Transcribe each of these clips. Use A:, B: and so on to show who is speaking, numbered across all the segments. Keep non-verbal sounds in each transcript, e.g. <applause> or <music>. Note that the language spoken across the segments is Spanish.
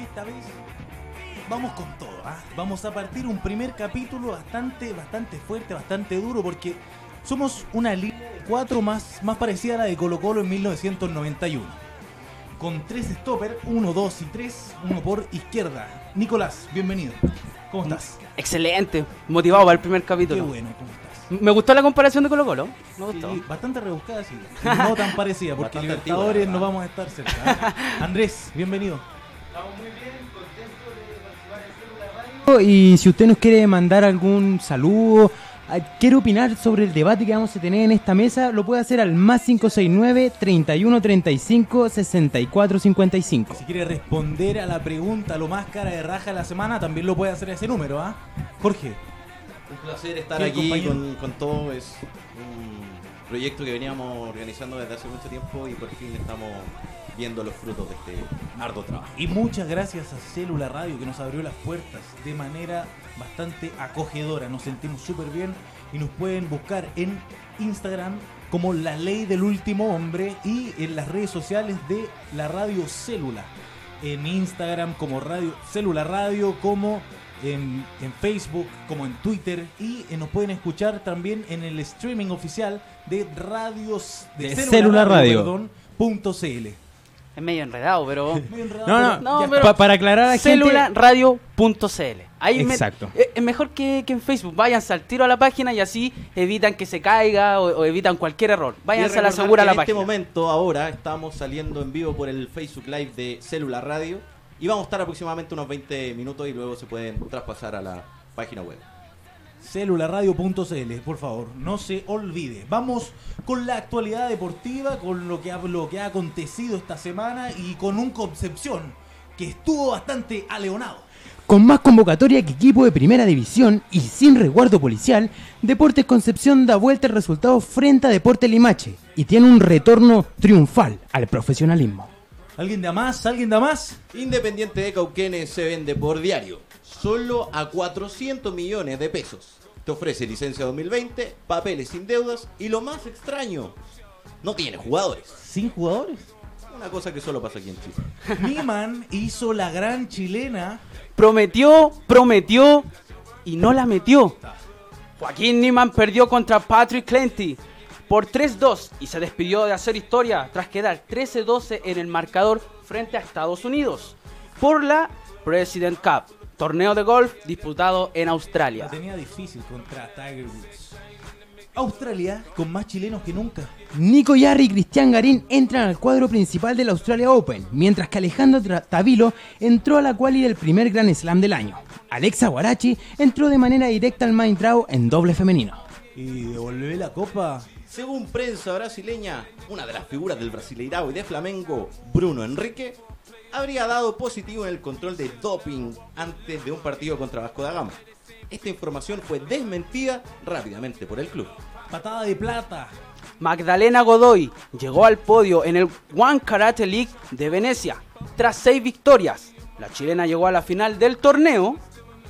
A: esta vez vamos con todo. ¿ah? Vamos a partir un primer capítulo bastante, bastante fuerte, bastante duro, porque somos una línea de cuatro más, más parecida a la de Colo Colo en 1991. Con tres stopper, uno, dos y tres, uno por izquierda. Nicolás, bienvenido. ¿Cómo estás?
B: Excelente, motivado para el primer
A: Qué
B: capítulo.
A: bueno, ¿cómo estás?
B: Me gustó la comparación de Colo Colo. Me gustó.
A: Sí, bastante rebuscada,
B: <laughs>
A: sí. No tan parecida, porque
C: Bastante
A: Libertadores
C: antigua,
A: no vamos a estar cerca. ¿ah? Andrés, bienvenido.
D: Y si usted nos quiere mandar algún saludo, ah, quiere opinar sobre el debate que vamos a tener en esta mesa, lo puede hacer al más 569 31 35 64 55.
A: Si quiere responder a la pregunta lo más cara de raja de la semana, también lo puede hacer a ese número, ¿ah? Jorge,
C: Un placer estar
A: Sí,
C: aquí
A: compañero.
C: con, con todos. Es un proyecto que veníamos organizando desde hace mucho tiempo y por fin estamos viendo los frutos de este arduo trabajo.
A: y muchas gracias a Célula Radio que nos abrió las puertas de manera bastante acogedora. Nos sentimos súper bien y nos pueden buscar en Instagram como La Ley del Último Hombre y en las redes sociales de la Radio Célula. En Instagram como Radio Célula Radio, como en, en Facebook, como en Twitter y eh, nos pueden escuchar también en el streaming oficial de Radios
D: De Célula Radio.
A: perdón, punto CL.
B: Es medio enredado,
C: <laughs>
B: pero.
A: Medio enredado,
D: No, no,
A: pero
B: No,
A: ya
B: pero-
D: pa- para aclarar a la gente,
B: Celularradio.cl. Ahí me-
D: Exacto.
B: eh, es mejor que, que en Facebook. Váyanse al tiro a la página y así evitan que se caiga o, o evitan cualquier error. Váyanse a la
C: Y recordar
B: segura a
C: que
B: la
C: En este
B: página.
C: momento, ahora, estamos saliendo en vivo por el Facebook Live de Célula Radio y vamos a estar aproximadamente unos 20 minutos y luego se pueden traspasar a la página web.
A: celularradio.cl, por favor, no se olvide. Vamos con la actualidad deportiva, con lo que ha, lo que ha acontecido esta semana y con un Concepción que estuvo bastante aleonado.
D: con más convocatoria que equipo de primera división y sin resguardo policial, Deportes Concepción da vuelta el resultado frente a Deportes Limache y tiene un retorno triunfal al profesionalismo.
A: ¿Alguien da más? ¿Alguien da más?
C: Independiente de Cauquenes se vende por diario, solo a 400 millones de pesos. Te ofrece licencia 2020, papeles sin deudas y lo más extraño, no tiene jugadores.
A: ¿Sin jugadores?
C: Una cosa que solo pasa aquí en Chile.
A: <laughs> Niman hizo la gran chilena.
B: Prometió, prometió y no la metió. Joaquín Niman perdió contra Patrick Clenty por 3-2 y se despidió de hacer historia tras quedar 13-12 en el marcador frente a Estados Unidos por la President Cup, torneo de golf disputado en Australia.
A: La tenía difícil contra Tiger Woods. Australia con más chilenos que nunca.
D: Nico Yarri y Cristian Garín entran al cuadro principal del Australia Open, mientras que Alejandro Tra- Tavilo entró a la quali del primer Grand Slam del año. Alexa Guarachi entró de manera directa al Main Draw en doble femenino.
A: Y devolvé la copa.
C: Según prensa brasileña, una de las figuras del Brasileirao y de Flamengo, Bruno Enrique, habría dado positivo en el control de doping antes de un partido contra Vasco da Gama. Esta información fue desmentida rápidamente por el club.
A: Patada de plata.
B: Magdalena Godoy llegó al podio en el One Karate League de Venecia tras seis victorias. La chilena llegó a la final del torneo,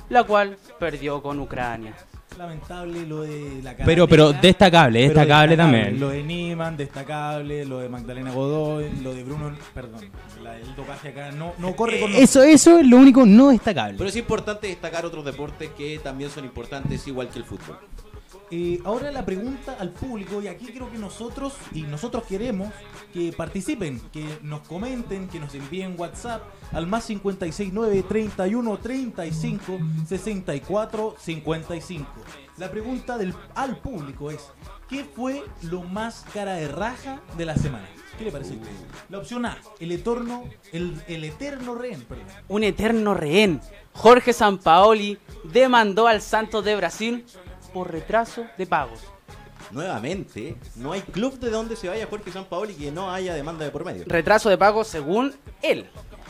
B: la cual perdió con Ucrania.
A: Lamentable lo de la
D: Pero, pero
A: carretera.
D: destacable,
A: Pero
D: destacable también.
A: Lo de Niman, destacable, lo de Magdalena Godoy, lo de Bruno, perdón, la- el dopaje acá no, no corre con nosotros.
D: Eso, eso Eh, es lo único no destacable.
C: Pero es importante destacar otros deportes que también son importantes, igual que el fútbol.
A: Eh, ahora la pregunta al público, y aquí creo que nosotros, y nosotros queremos que participen, que nos comenten, que nos envíen WhatsApp al más 569 31 35 64 55. La pregunta del, al público es, ¿qué fue lo más cara de raja de la semana? ¿Qué le parece? a usted? La opción A, el eterno, el, el eterno rehén, perdón.
B: Un eterno rehén, Jorge Sampaoli demandó al Santos de Brasil por retraso de pagos.
C: Nuevamente, no hay club de donde se vaya Jorge Sampaoli que no haya demanda de por medio.
B: Retraso de pagos según él.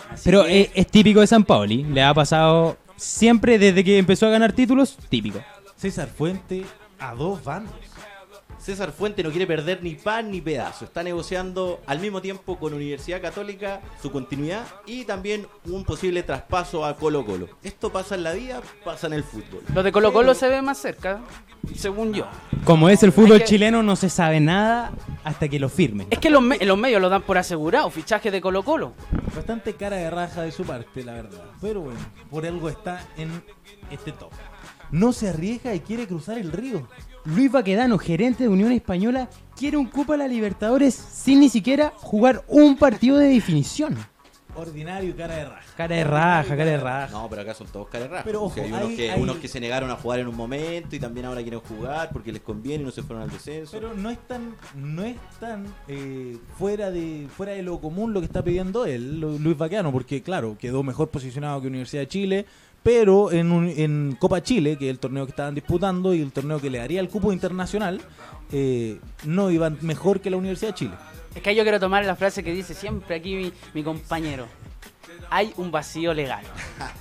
B: Así
D: Pero eh,
B: que-
D: es, es típico de San Paoli, le ha pasado siempre desde que empezó a ganar títulos, típico.
A: César Fuente a dos bandos.
C: César Fuente no quiere perder ni pan ni pedazo. Está negociando al mismo tiempo con Universidad Católica su continuidad y también un posible traspaso a Colo Colo. Esto pasa en la vida, pasa en el fútbol.
B: Los de Colo Colo se ve más cerca, según yo.
D: Como es el fútbol
B: Es que-
D: chileno, no se sabe nada hasta que lo firmen.
B: Es que los, me- los medios lo dan por asegurado, fichaje de Colo Colo.
A: Bastante cara de raja de su parte, la verdad. Pero bueno, por algo está en este top. No se arriesga y quiere cruzar el río.
D: Luis Baquedano, gerente de Unión Española, quiere un cupo a la Libertadores sin ni siquiera jugar un partido de definición.
A: Ordinario cara de raja.
D: Cara de raja, cara de raja.
C: No, pero acá son todos caras raras.
A: Pero ojo,
C: O sea, hay, unos,
A: hay-
C: que,
A: hay-
C: unos que se negaron a jugar en un momento y también ahora quieren jugar porque les conviene y no se fueron al descenso.
A: Pero no es tan, no es tan eh, fuera, de, fuera de lo común lo que está pidiendo él, Lu- Luis Baqueano, porque claro, quedó mejor posicionado que Universidad de Chile, pero en, un- en Copa Chile, que es el torneo que estaban disputando y el torneo que le daría el cupo internacional, eh, no iban mejor que la Universidad de Chile.
B: Es que ahí yo quiero tomar la frase que dice siempre aquí mi, mi compañero. Hay un vacío
D: <laughs>
B: legal.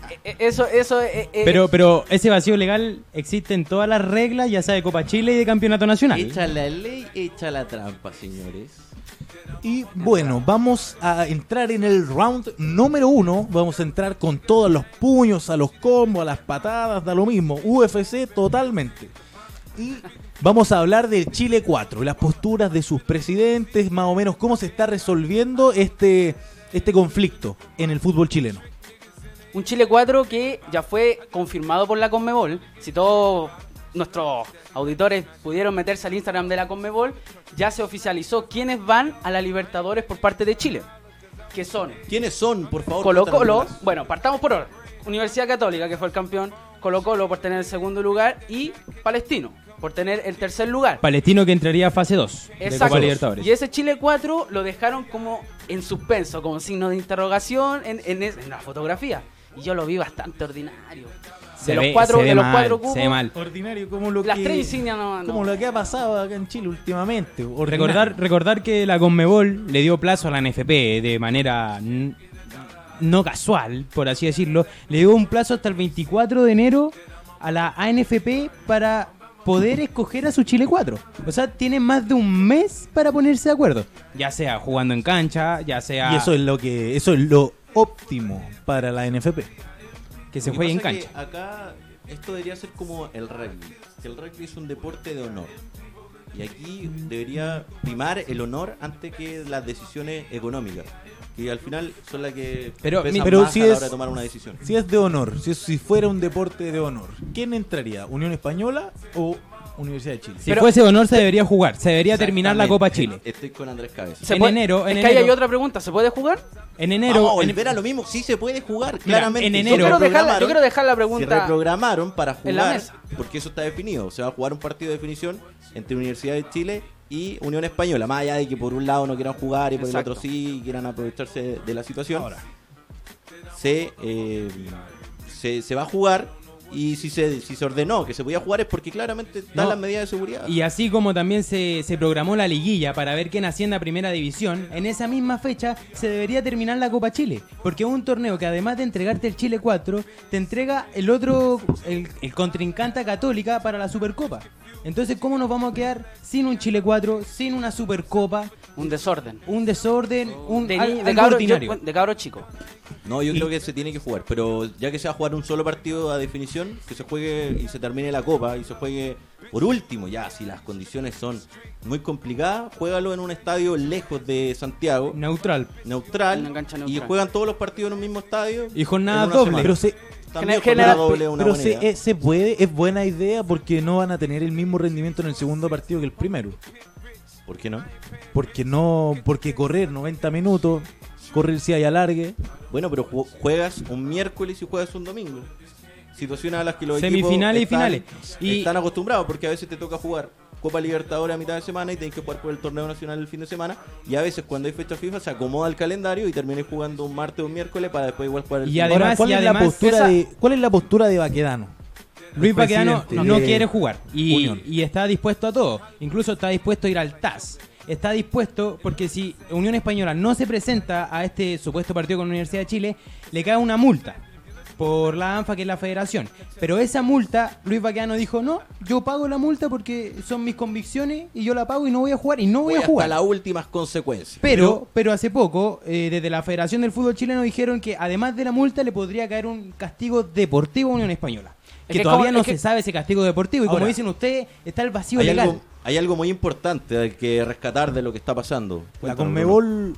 B: E- e- eso, eso es... es-
D: Pero, pero ese vacío legal existe en todas las reglas, ya sea de Copa Chile y de Campeonato Nacional.
C: Echa la ley, echa la trampa, señores.
A: Y bueno, vamos a entrar en el round número uno. Vamos a entrar con todos los puños, a los combos, a las patadas, da lo mismo. UFC totalmente. Y vamos a hablar del Chile 4, las posturas de sus presidentes, más o menos cómo se está resolviendo este, este conflicto en el fútbol chileno.
B: Un Chile 4 que ya fue confirmado por la Conmebol. Si todos nuestros auditores pudieron meterse al Instagram de la Conmebol, ya se oficializó quiénes van a la Libertadores por parte de Chile. Que son
C: ¿Quiénes son, por favor?
B: Colo Colo,
C: cuéntanos.
B: bueno, partamos por orden. Universidad Católica, que fue el campeón, Colo Colo por tener el segundo lugar y Palestino por tener el tercer lugar.
D: Palestino que entraría a fase 2 de
B: Exacto.
D: Copa Libertadores.
B: Y ese Chile 4 lo dejaron como en suspenso, como signo de interrogación en, en es- en la fotografía. Y yo lo vi bastante ordinario.
D: Se
B: de los
D: ve-
B: cuatro,
D: se ve
B: de los
D: mal,
B: cuatro
D: se ve
B: cupos,
D: mal.
A: Ordinario, como lo
B: Las que- tres insignias no- no.
A: Como lo que ha pasado acá en Chile últimamente. ordinario.
D: Recordar, recordar que la Conmebol le dio plazo a la NFP eh, de manera n- no casual, por así decirlo. Le dio un plazo hasta el 24 de enero a la ANFP para poder escoger a su Chile 4. O sea, tienen más de un mes para ponerse de acuerdo. Ya sea jugando en cancha, ya sea
A: Y eso es lo que, eso es lo óptimo para la NFP.
D: que se
C: Lo que
D: juegue en
C: pasa es
D: cancha.
C: que acá esto debería ser como el rugby. Que el rugby es un deporte de honor. Y aquí debería primar el honor antes que las decisiones económicas. Que al final son las que
D: Pero,
C: pesan
D: mi-
A: pero
C: más
A: si
C: a la
A: es-
C: hora de tomar una decisión.
A: Si es de honor, si, es- si fuera un deporte de honor, ¿quién entraría? ¿Unión Española o Universidad de Chile?
D: Si
B: Pero-
D: fuese honor, se debería jugar. Se debería terminar la
C: Exactamente.
D: Copa Chile.
C: Estoy con Andrés Cabeza.
B: se
D: en
B: puede-
D: enero, en
B: es que ahí
D: enero.
B: hay otra pregunta, ¿se puede jugar?
D: En enero,
C: Vamos a
D: en-
C: volver a lo mismo. Sí se puede jugar,
D: Mira,
C: claramente.
D: en
C: Si
D: enero-
B: Yo quiero, dejar la,
C: reprogramaron-
B: yo quiero dejar la
C: Si
B: pregunta.
C: reprogramaron para jugar,
B: en la mesa.
C: porque eso está definido. Se va a jugar un partido de definición entre Universidad de Chile y Unión Española. Más allá de que por un lado no quieran jugar y por
B: Exacto.
C: el otro sí y quieran aprovecharse de la situación,
A: Ahora,
C: se, eh, se, se va a jugar. Y si se, si se ordenó que se podía jugar es porque claramente están
D: No.
C: las medidas de seguridad.
D: Y así como también se, se programó la liguilla para ver quién asciende a primera división, en esa misma fecha se debería terminar la Copa Chile. Porque es un torneo que además de entregarte el Chile 4, te entrega el otro, el, el contrincante católica para la Supercopa. Entonces, ¿cómo nos vamos a quedar sin un Chile 4, sin una Supercopa,
B: Un desorden.
D: un desorden, un
B: De,
D: al-
B: ni- de
D: algo
B: cabro, yo-
D: ordinario?
B: de cabro chico.
C: No, yo creo que se tiene que jugar, pero ya que se va a jugar un solo partido a definición, que se juegue y se termine la copa y se juegue por último, ya si las condiciones son muy complicadas, juégalo en un estadio lejos de Santiago,
D: Neutral.
C: neutral,
B: Una cancha
C: y
B: neutral.
C: juegan todos los partidos en un mismo estadio.
D: Y jornada
C: en una
D: doble.
C: semana.
A: pero se,
C: También
B: Genera-
C: jornada doble es una
A: pero
C: buena
A: se,
C: idea.
A: eh, se puede, es buena idea porque no van a tener el mismo rendimiento en el segundo partido que el primero.
C: ¿Por qué no?
A: Porque no, porque correr 90 minutos, correr si hay alargue,
C: Bueno, pero ju- juegas un miércoles y juegas un domingo. Situaciones a las que los
D: Semifinales y
C: equipos están-
D: finales. Y-
C: están acostumbrados porque a veces te toca jugar Copa Libertadores a mitad de semana y tenés que jugar por el torneo nacional el fin de semana y a veces cuando hay fecha FIFA se acomoda el calendario y terminas jugando un martes o un miércoles para después igual jugar el
D: Y
C: fin de
D: además-
A: Ahora, ¿cuál,
D: y
A: es
D: además,
A: la postura
D: esa-
A: de, ¿cuál es la postura de Baquedano?
D: Luis Baquedano
A: presidente
D: no
A: de
D: quiere jugar y,
A: Unión.
D: y está dispuesto a todo. Incluso está dispuesto a ir al TAS. Está dispuesto porque si Unión Española no se presenta a este supuesto partido con la Universidad de Chile, le cae una multa. por la ANFA, que es la federación. Pero esa multa, Luis Baqueano dijo, no, yo pago la multa porque son mis convicciones y yo la pago y no voy a jugar y no voy,
C: Voy
D: a jugar.
C: Hasta las últimas consecuencias.
D: Pero, pero hace poco, eh, desde la Federación del Fútbol Chileno dijeron que además de la multa le podría caer un castigo deportivo a Unión Española.
B: Es
D: Que,
B: que
D: todavía
B: como-
D: no
B: es
D: se
B: que-
D: sabe ese castigo deportivo. Y como
A: Ahora.
D: dicen ustedes, está el vacío
C: hay
D: legal.
C: algo, hay algo muy importante que rescatar de lo que está pasando.
A: La
C: Cuéntanos,
A: Conmebol,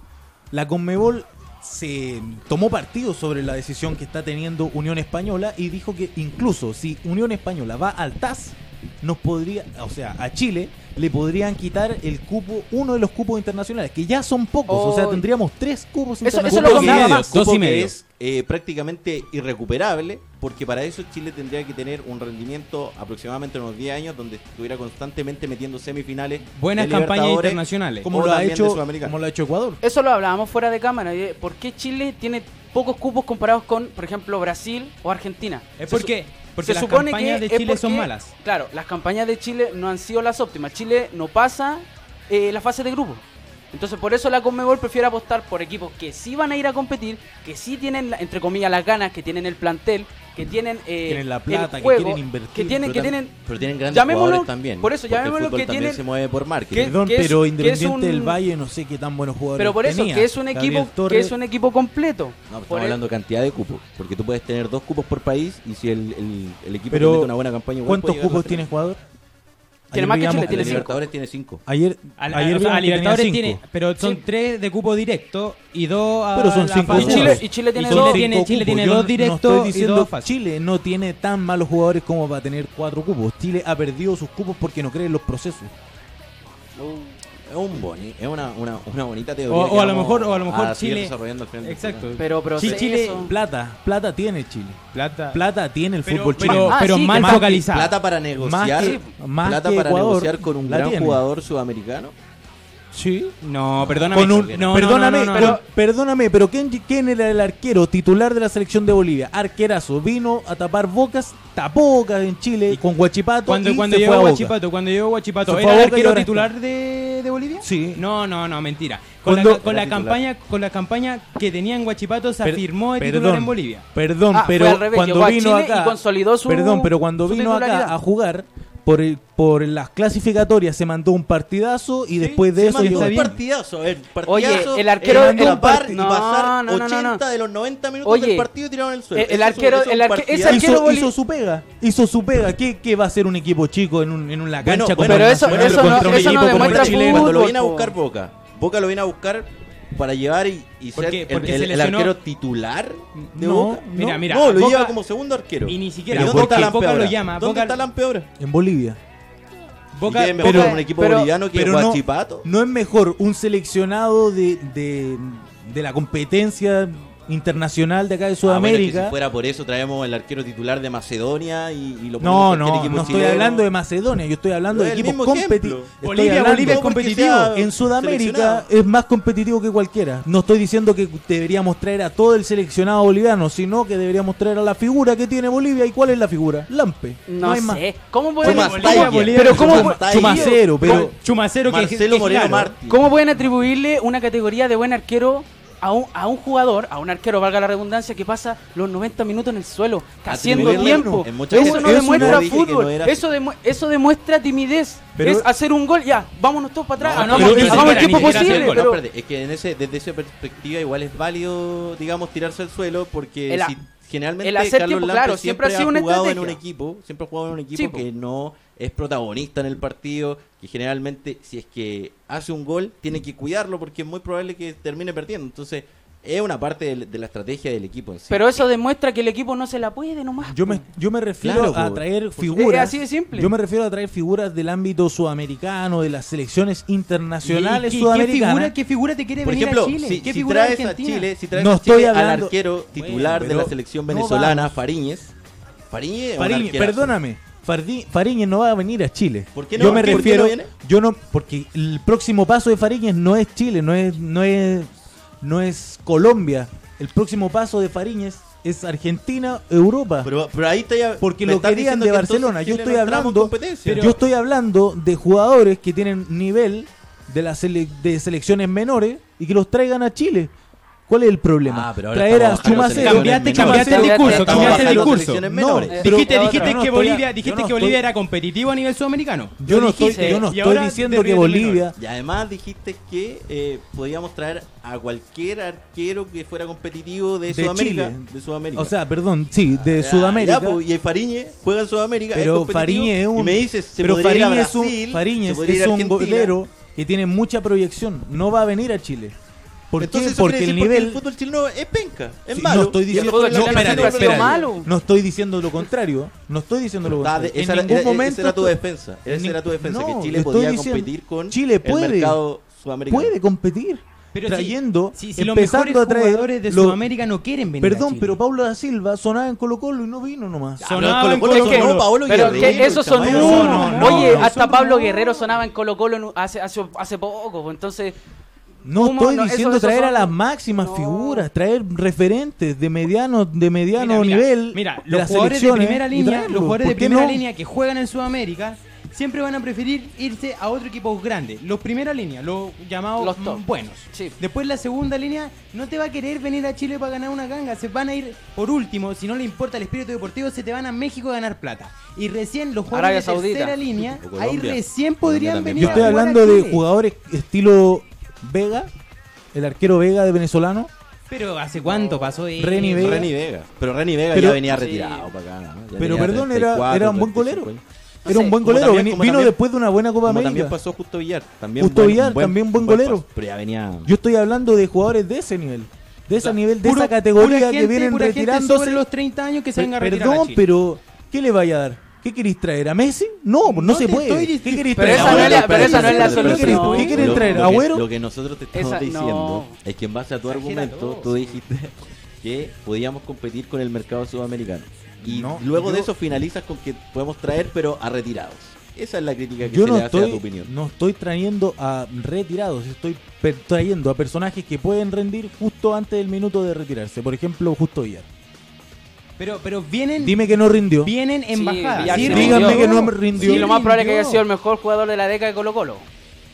A: la Conmebol se tomó partido sobre la decisión que está teniendo Unión Española y dijo que incluso si Unión Española va al TAS, nos podría, o sea, a Chile le podrían quitar el cupo, uno de los cupos internacionales, que ya son pocos, o sea,
B: Oh.
A: tendríamos tres cupos
B: Eso- eso
A: internacionales.
B: lo
C: Cupo que-
B: comentaba Max.
C: cupo
D: Dos y
C: que
D: medio.
C: es eh, prácticamente irrecuperable, porque para eso Chile tendría que tener un rendimiento aproximadamente unos 10 años, donde estuviera constantemente metiendo semifinales.
D: Buenas
C: de
D: campañas
C: Libertadores.
D: internacionales.
A: como
C: o
A: lo ha
C: también de
A: hecho,
C: Sudamericana.
A: como lo ha hecho Ecuador.
B: Eso lo hablábamos fuera de cámara. eh, ¿Por qué Chile tiene pocos cupos comparados con, por ejemplo, Brasil o Argentina?
D: Es
B: Se
D: porque, porque
B: se
D: las
B: supone
D: campañas
B: que
D: de
B: es
D: Chile son
B: porque-
D: malas.
B: Claro, las campañas de Chile no han sido las óptimas. Chile no pasa eh, la fase de grupo. Entonces, por eso la Conmebol prefiere apostar por equipos que sí van a ir a competir, que sí tienen, la- entre comillas, las ganas, que tienen el plantel, que tienen, eh,
A: Tienen la plata, que
B: el juego,
A: quieren invertir,
B: que tienen,
C: Pero
B: que
C: tam-
B: tienen,
C: pero tienen grandes
B: llamémoslo-
C: jugadores también.
B: por eso,
C: porque el
B: llamémoslo
C: fútbol
B: que
C: también
B: tienen-
C: se mueve por marketing.
B: que-
A: Perdón,
B: es-
A: pero
B: que es
A: Independiente del
B: un-
A: Valle no sé qué tan buenos jugadores
B: pero por eso,
A: tenía.
B: que es un
A: Gabriel
B: equipo, que
A: Torres,
B: es un equipo completo.
C: No, estamos
B: Por e- el-
C: hablando de cantidad de cupos, porque tú puedes tener dos cupos por país y si el, el- el equipo
A: Pero,
C: mete una buena campaña, igual
A: ¿Cuántos
C: puede llegar a
A: cupos
C: los tres.
A: tiene Ecuador?
B: Tiene
A: Ayer
B: más que
A: veíamos
B: Chile,
C: A
A: que
C: la
B: tiene cinco.
C: Libertadores tiene cinco.
A: Ayer,
D: A,
A: ayer
D: o sea, a
A: vimos que tenía
D: Libertadores
A: cinco.
D: tiene, pero son
B: Sí.
D: tres de cupo directo y dos a
A: Pero son
D: Ah, la
A: cinco
D: fase
B: y, Chile,
A: cupos.
B: y Chile tiene
D: Chile
B: dos.
D: tiene-
A: cinco cupos.
D: tiene
A: Yo
D: dos
A: no
D: directos
A: estoy
D: y
A: diciendo
D: dos fáciles.
A: Chile no tiene tan malos jugadores como para tener cuatro cupos. Chile ha perdido sus cupos porque no cree en los procesos.
C: Es un boni, es una, una, una bonita teoría.
D: O-
C: que
D: o a lo
C: vamos
D: mejor- o a lo mejor
C: seguir
D: Chile-
C: desarrollando al frente del
D: Exacto.
C: programa.
B: Pero, pero
A: Sí,
B: sí,
A: Chile,
B: eso-
A: plata, plata tiene Chile.
D: Plata.
A: Plata tiene el
D: Pero-
A: fútbol
D: pero-
A: chileno.
B: Ah,
D: pero
B: sí, que
D: mal
B: más que
D: focalizada.
C: Plata para negociar,
A: que- más
C: plata
A: que
C: para
A: Ecuador,
C: negociar con un
A: la
C: gran
A: tiene.
C: jugador sudamericano.
A: Sí.
D: No, perdóname.
A: Con un-
D: no, no,
A: perdóname,
D: no, no, no.
A: pero, perdóname, pero ¿quién, quién era el arquero titular de la selección de Bolivia? Arquerazo, vino a tapar bocas, tapó bocas en Chile con Guachipato.
D: Cuando,
A: y
D: cuando
A: se
D: llegó
A: fue a Boca.
D: Guachipato, cuando llegó Guachipato,
A: Se fue
D: ¿era
A: a Boca
D: el
A: y
D: arquero
A: ahora está.
D: titular de, de Bolivia?
A: Sí.
D: No, no, no, mentira. Con,
A: Cuando-
D: la, con,
C: Era
D: la
C: titular.
D: campaña, con la campaña que tenía en Guachipato se
A: Per-
D: afirmó de
A: perdón,
D: titular en Bolivia.
A: Perdón,
B: Ah, fue
A: pero
B: al revés,
A: cuando
B: llegó a
A: vino
B: Chile
A: acá,
B: y consolidó su-
A: perdón, pero cuando
B: su
A: vino acá
B: titularidad.
A: a jugar por el- por las clasificatorias se mandó un partidazo y después de
C: Se
A: eso
C: mandó
A: llegó
C: un
A: a Chile.
C: partidazo, el partidazo. eh,
B: Oye, el arquero
C: era
B: en un
C: tapar
B: part-
C: y
B: no,
C: pasar
B: no, no, no,
C: 80
B: no.
C: de los 90 minutos
B: Oye,
C: del partido tiraron el suelo.
B: el- el arquero- el arque- ese
A: hizo,
B: arquero boli-
A: hizo su pega, hizo su pega. ¿Qué, qué va a hacer un equipo chico en, un, en una
C: Ah, Bueno,
A: cancha? como
C: bueno,
A: el
B: pero eso-
A: Nacional
B: eso
A: contra
B: no-
A: un
B: eso
A: equipo
B: no
A: como el
B: demuestra
A: chileno?
B: fútbol.
C: Cuando lo viene a
B: po.
C: buscar Boca, Boca lo viene a buscar para llevar y, y
D: ¿Por
C: ser
D: qué?
C: el-
D: Porque se
C: el, el
D: lesionó.
C: arquero titular de
A: No,
C: Boca.
D: mira,
C: no,
D: mira,
C: no, lo
D: Boca-
C: lleva como segundo arquero.
D: Y ni siquiera.
C: ¿Y
A: Pero
C: ¿Dónde
A: Boca-
C: está Lampe
D: Boca lo
C: ahora?
D: llama,
C: ¿Dónde
D: Boca-
C: está Lampe ahora?
A: En Bolivia.
D: Boca,
C: Vive mejor
B: Boca-
C: con un equipo
B: pero-
C: boliviano que
A: Pero no,
C: Guachipato.
A: no es mejor un seleccionado de, de, de la competencia internacional de acá de
C: Ah, bueno, es que
A: Sudamérica.
C: si fuera por eso traemos el arquero titular de Macedonia y, y lo ponemos
A: No,
C: en cualquier
A: no,
C: equipo
A: no estoy
C: chileno.
A: hablando de Macedonia, yo estoy hablando
C: Pero
A: de
C: es el
A: equipos
C: mismo ejemplo.
A: competitivos.
D: Bolivia- Bolivia es competitivo.
A: En Sudamérica es más competitivo que cualquiera. No estoy diciendo que deberíamos traer a todo el seleccionado boliviano, sino que deberíamos traer a la figura que tiene Bolivia. ¿Y cuál es la figura? Lampe.
B: No,
A: hay más.
B: sé. ¿Cómo pueden,
C: Chumacero,
D: Bolivia,
B: cómo-
D: Bolivia,
B: pero cómo,
C: Chumacero.
B: pu-
A: Chumacero, pero.
D: Con Chumacero que- que,
C: Marcelo
D: que
C: Moreno
D: claro.
C: Martí.
B: cómo pueden atribuirle una categoría de buen arquero a un, a un jugador, a un arquero, valga la redundancia, que pasa los 90 minutos en el suelo, haciendo
C: Atribuirle
B: tiempo?
C: en muchas
B: Eso
C: cosas.
B: no
A: Eso no
B: demuestra
C: dije que no
B: fútbol,
C: era-
B: eso, demue- eso demuestra timidez.
A: Pero-
B: es hacer un gol, ya, vámonos todos para atrás,
D: No,
B: hagamos,
D: no, pero
B: hagamos el
D: ni
B: tiempo
D: siquiera
B: posible.
D: hacer gol,
B: pero-
C: No, espérate, es que en ese, desde esa perspectiva igual es válido, digamos, tirarse al suelo porque
B: El a-
C: si- generalmente
B: el hacer
C: Carlos
B: tiempo,
C: Lampe
B: claro, siempre ha sido una
C: jugado en
B: estrategia.
C: un equipo, siempre ha jugado en un equipo
B: Sí, po.
C: que no es protagonista en el partido, que generalmente si es que hace un gol tiene que cuidarlo porque es muy probable que termine perdiendo. Entonces, es una parte del- de, la estrategia del equipo en sí.
B: pero eso demuestra que el equipo no se la puede nomás.
A: Yo me, yo me refiero
C: Claro,
A: a
C: po.
A: traer
B: Es
A: figuras.
B: así de simple.
A: Yo me refiero a traer figuras del ámbito sudamericano, de las selecciones internacionales
D: ¿Y qué- qué,
A: sudamericanas.
D: figura, ¿Qué figura te quiere
C: Por
D: venir
C: ejemplo,
D: a Chile?
C: si,
D: ¿Qué
C: si
D: figura de
C: traes a
D: Argentina?
C: Chile, si traes
A: No
C: a Chile
A: estoy
C: al
A: hablando-
C: arquero titular
A: Bueno,
C: de la
A: pero
C: selección
A: no
C: venezolana,
A: vamos.
C: Fariñez. Fariñez, es un
A: Fariñez,
C: arquerazo.
A: perdóname. Fardi- Fariñez no va a venir a Chile.
C: ¿Por qué no?
A: Yo me
C: ¿Por qué no
A: refiero.
C: viene?
A: Yo no. Porque el próximo paso de Fariñez no es Chile, no es, no es, no es Colombia. El próximo paso de Fariñez es Argentina, Europa.
C: Pero, pero ahí está ya.
A: porque
C: me
A: lo
C: estás
A: querían
C: diciendo
A: de
C: que entonces
A: Barcelona. Yo
C: Chile
A: estoy
C: no entramos en
A: hablando.
C: competencia.
A: Yo estoy hablando de jugadores que tienen nivel de las sele- de selecciones menores y que los traigan a Chile. ¿Cuál es el problema?
C: Ah, pero ahora
A: Traer a
C: estamos bajando
A: Chumacero.
C: selecciones
D: Cambiaste, cambiaste el
B: Menores.
D: discurso,
B: Estamos
D: cambiaste el
B: bajando
D: discurso.
C: selecciones
A: No,
C: menores.
A: pero-
D: Dijiste,
A: ahora-
D: dijiste
A: yo no
D: que
A: estoy-
D: Bolivia,
A: yo
D: dijiste
A: no
D: que
A: estoy-
D: Bolivia era competitivo a nivel sudamericano.
A: Yo no
D: Lo
A: estoy,
D: dijiste.
A: yo no
D: Y
A: estoy
D: ahora
A: diciendo
D: te
A: que
D: ríes de mí.
A: Bolivia.
C: Y además dijiste que eh, podíamos traer a cualquier arquero que fuera competitivo de,
A: De
C: Sudamérica.
A: Chile.
C: De Sudamérica. Ah,
A: O sea, perdón, sí, de
C: Ya,
A: Sudamérica.
C: ya, pues, y Fariñe juega en Sudamérica. es
A: pero
C: competitivo,
A: Fariñez es un.
C: Y me dices, se
A: pero
C: podría ir a
A: Fariñez es un,
C: Brasil,
A: Fariñez
C: se podría ir
A: es
C: a
A: un
C: Argentina.
A: golero que tiene mucha proyección. No va a venir a Chile. ¿Por qué?
C: Entonces, eso
A: Porque
C: quiere
A: el
C: decir porque
A: nivel.
C: fútbol chileno es penca. Es
A: Sí,
C: malo.
A: No estoy
C: Y
A: diciendo
B: el fútbol
A: no,
B: chileno
A: espérate,
B: siempre ha sido
A: espérate.
B: malo.
A: No estoy diciendo lo contrario. No estoy diciendo lo
C: Ah, de-
A: contrario.
C: esa,
A: en
C: era,
A: ningún
C: era-
A: momento
C: esa era tu
A: estoy-
C: defensa. Esa
A: ni-
C: era tu defensa.
A: no,
C: que
A: yo
C: Chile
A: estoy
C: podía
A: diciendo,
C: competir con
A: Chile puede,
C: el mercado sudamericano.
A: Puede competir.
D: Pero si-
A: trayendo,
D: si, si los
A: empezando
D: mejores
A: a traer
D: jugadores de
A: lo-
D: Sudamérica no quieren venir. a
A: Perdón,
D: Chile.
A: pero Paulo da Silva sonaba en Colo Colo y no vino nomás.
D: Ya, Sonaba
C: Colo-Colo,
D: en Colo-Colo.
B: Es que-
C: no, Paolo
B: Pero
C: Guerrero,
B: que eso son
C: Chamayo.
A: No,
B: uno.
A: no, no,
B: Oye,
A: no,
B: hasta
A: son
B: Pablo
A: uno.
B: Guerrero sonaba en Colo Colo en- hace, hace, hace poco, pues, entonces
A: No
B: ¿Cómo?
A: estoy
B: No, eso-
A: diciendo
B: eso
A: traer
B: son-
A: a las máximas
B: No.
A: figuras, traer referentes de mediano, de mediano
D: Mira, mira,
A: nivel.
D: Mira,
A: de
D: los
A: las
D: jugadores de
A: selecciones
D: primera
A: y
D: línea,
A: traerlos.
D: los jugadores de
A: ¿Por qué
D: primera
A: no?
D: línea que juegan en Sudamérica siempre van a preferir irse a otro equipo grande. Los primera línea, los llamados
B: Los top.
D: mm, buenos.
B: Sí.
D: Después la segunda línea no te va a querer venir a Chile para ganar una ganga, se van a ir por último, si no le importa el espíritu deportivo, se te van a México a ganar plata. Y recién los
B: Arabia
D: jugadores de
B: Saudita.
D: tercera línea,
C: O Colombia.
D: ahí recién
C: Colombia
D: podrían
C: también.
D: venir
A: Yo
D: a
A: estoy
D: jugar a
A: hablando de
D: Chile.
A: jugadores estilo Vega, el arquero Vega de venezolano.
D: Pero ¿hace cuánto pasó eso?
A: Reni Vega.
C: Reni Vega. Pero Reni Vega
A: Pero-
C: ya venía
B: Sí.
C: retirado para acá. ¿no? Ya
A: Pero
C: tenía
A: perdón, era-
C: 34,
A: era un buen
C: 35
A: golero.
C: años.
B: No
A: Era
B: sé,
A: un buen
C: como
A: golero,
C: también-
A: veni-
C: como
A: vino
C: también-
A: después de una buena Copa
C: Como
A: América.
C: también pasó Justo Villar. También
A: Justo
C: buen-
A: Villar, también buen golero.
C: paso, pero ya venía.
A: Yo estoy hablando de jugadores de ese nivel, de ese nivel, de
D: Puro-
A: esa categoría
D: pura
A: que
D: gente-
A: vienen
D: pura gente
A: retirándose.
D: sobre los 30 años que se
A: Pe-
D: vengan a retirar a
A: Perdón,
D: Chile.
A: pero ¿qué le vaya a dar? ¿Qué queréis traer? ¿A Messi? No, no,
D: No
A: se
D: te
A: puede.
D: estoy
A: ¿Qué
D: diciendo-
A: queréis
B: Pero
A: traer?
B: esa no es la- pero esa no es la
A: ¿Qué queréis-
B: solución.
A: ¿Qué queréis
C: Lo-
A: traer?
C: lo que-
A: ¿Agüero?
C: Lo que nosotros te estamos
B: Esa- no.
C: diciendo es que en base a tu argumento,
D: Exagéralo.
C: tú dijiste <laughs> que podíamos competir con el mercado sudamericano. Y
A: No,
C: luego de
A: yo-
C: eso finalizas con que podemos traer, pero a retirados. Esa es la crítica que
A: Yo
C: se
A: no
C: le hace a tu
A: estoy,
C: opinión.
A: no estoy trayendo a retirados, estoy per- trayendo a personajes que pueden rendir justo antes del minuto de retirarse. Por ejemplo, justo Villar.
D: Pero, pero vienen,
A: Dime que no rindió.
D: vienen en bajada.
B: Villar
A: Sí,
B: se
A: díganme
B: rindió.
A: que no me rindió.
B: Sí, lo más probable es que haya sido el
D: rindió.
B: mejor jugador de la década de Colo Colo.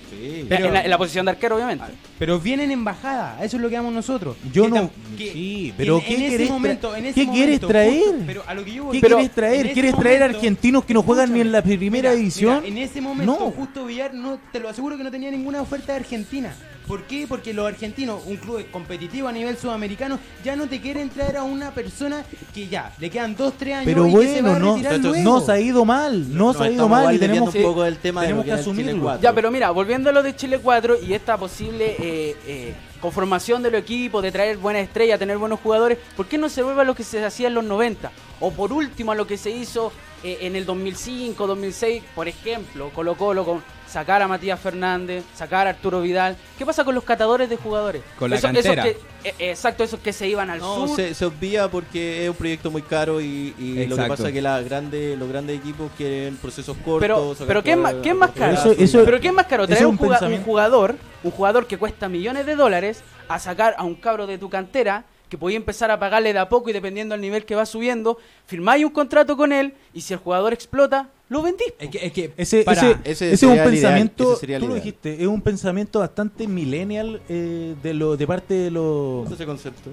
C: Sí.
D: Pero-
B: en, la, en la posición de arquero, obviamente.
D: Pero vienen en bajada, eso es lo que damos nosotros.
A: Yo
D: Que
A: no-
D: tam- que-
A: sí,
D: que
A: pero
D: en-
A: ¿qué
D: en ese
A: querés tra-
D: momento- en ese
A: qué quieres
D: momento,
A: traer?
D: justo- pero a lo que yo voy-
A: ¿Qué
D: pero
A: quieres
D: en
A: traer?
D: ese
A: ¿Quieres traer
D: momento-
A: argentinos que no juegan ni en la
D: Escúchame,
A: primera
D: mira,
A: edición?
D: mira, en ese momento,
A: No.
D: justo Villar, no, te lo aseguro que no tenía ninguna oferta de Argentina. ¿Por qué? Porque los argentinos, un club competitivo a nivel sudamericano, ya no te quieren traer a una persona que ya le quedan 2-3 años
A: Pero
D: y que se va
A: bueno,
D: a
A: no,
D: retirar luego.
A: nos ha ido mal, nos, ha ido
C: estamos
A: mal
C: igual
A: y tenemos
C: desviando
A: que,
C: un poco del tema
A: tenemos
C: de lo
A: que
C: era el Chile
A: asumirlo.
C: cuatro.
B: Ya, pero mira, volviendo a lo de Chile 4 y esta posible eh, eh, conformación de los equipos, de traer buena estrella, tener buenos jugadores, ¿por qué no se vuelve a lo que se hacía en los 90? O por último a lo que se hizo eh, en el 2005, 2006, por ejemplo, Colo Colo con sacar a Matías Fernández, sacar a Arturo Vidal. ¿Qué pasa con los catadores de jugadores?
D: Con la
B: Esos- esos
D: cantera.
B: que- eh, eh, exacto, esos que se iban al
C: No,
B: sur.
C: se, se obvia porque es un proyecto muy caro y, y lo que
D: Exacto.
C: pasa es que las grandes, los grandes equipos quieren procesos cortos.
B: Pero,
C: sacar
B: pero ¿qué, es más,
C: jugadores
B: qué es más
C: a
B: caro?
A: Eso- eso-
B: pero ¿qué es más caro?
A: eso
B: Traer
A: es
B: un,
A: un
B: juga-
A: pensamiento.
B: un jugador, un jugador que cuesta millones de dólares, a sacar a un cabro de tu cantera, que podía empezar a pagarle de a poco y dependiendo del nivel que va subiendo, firmáis un contrato con él y si el jugador explota, lo vendís.
D: Es que, es que
A: Ese,
D: para-
A: ese-
C: ese
A: ese es
C: sería
A: un
C: el ideal,
A: pensamiento,
C: ese sería el
A: tú lo
C: ideal.
A: dijiste, es un pensamiento bastante millennial eh, de lo, de parte de los
C: ese concepto.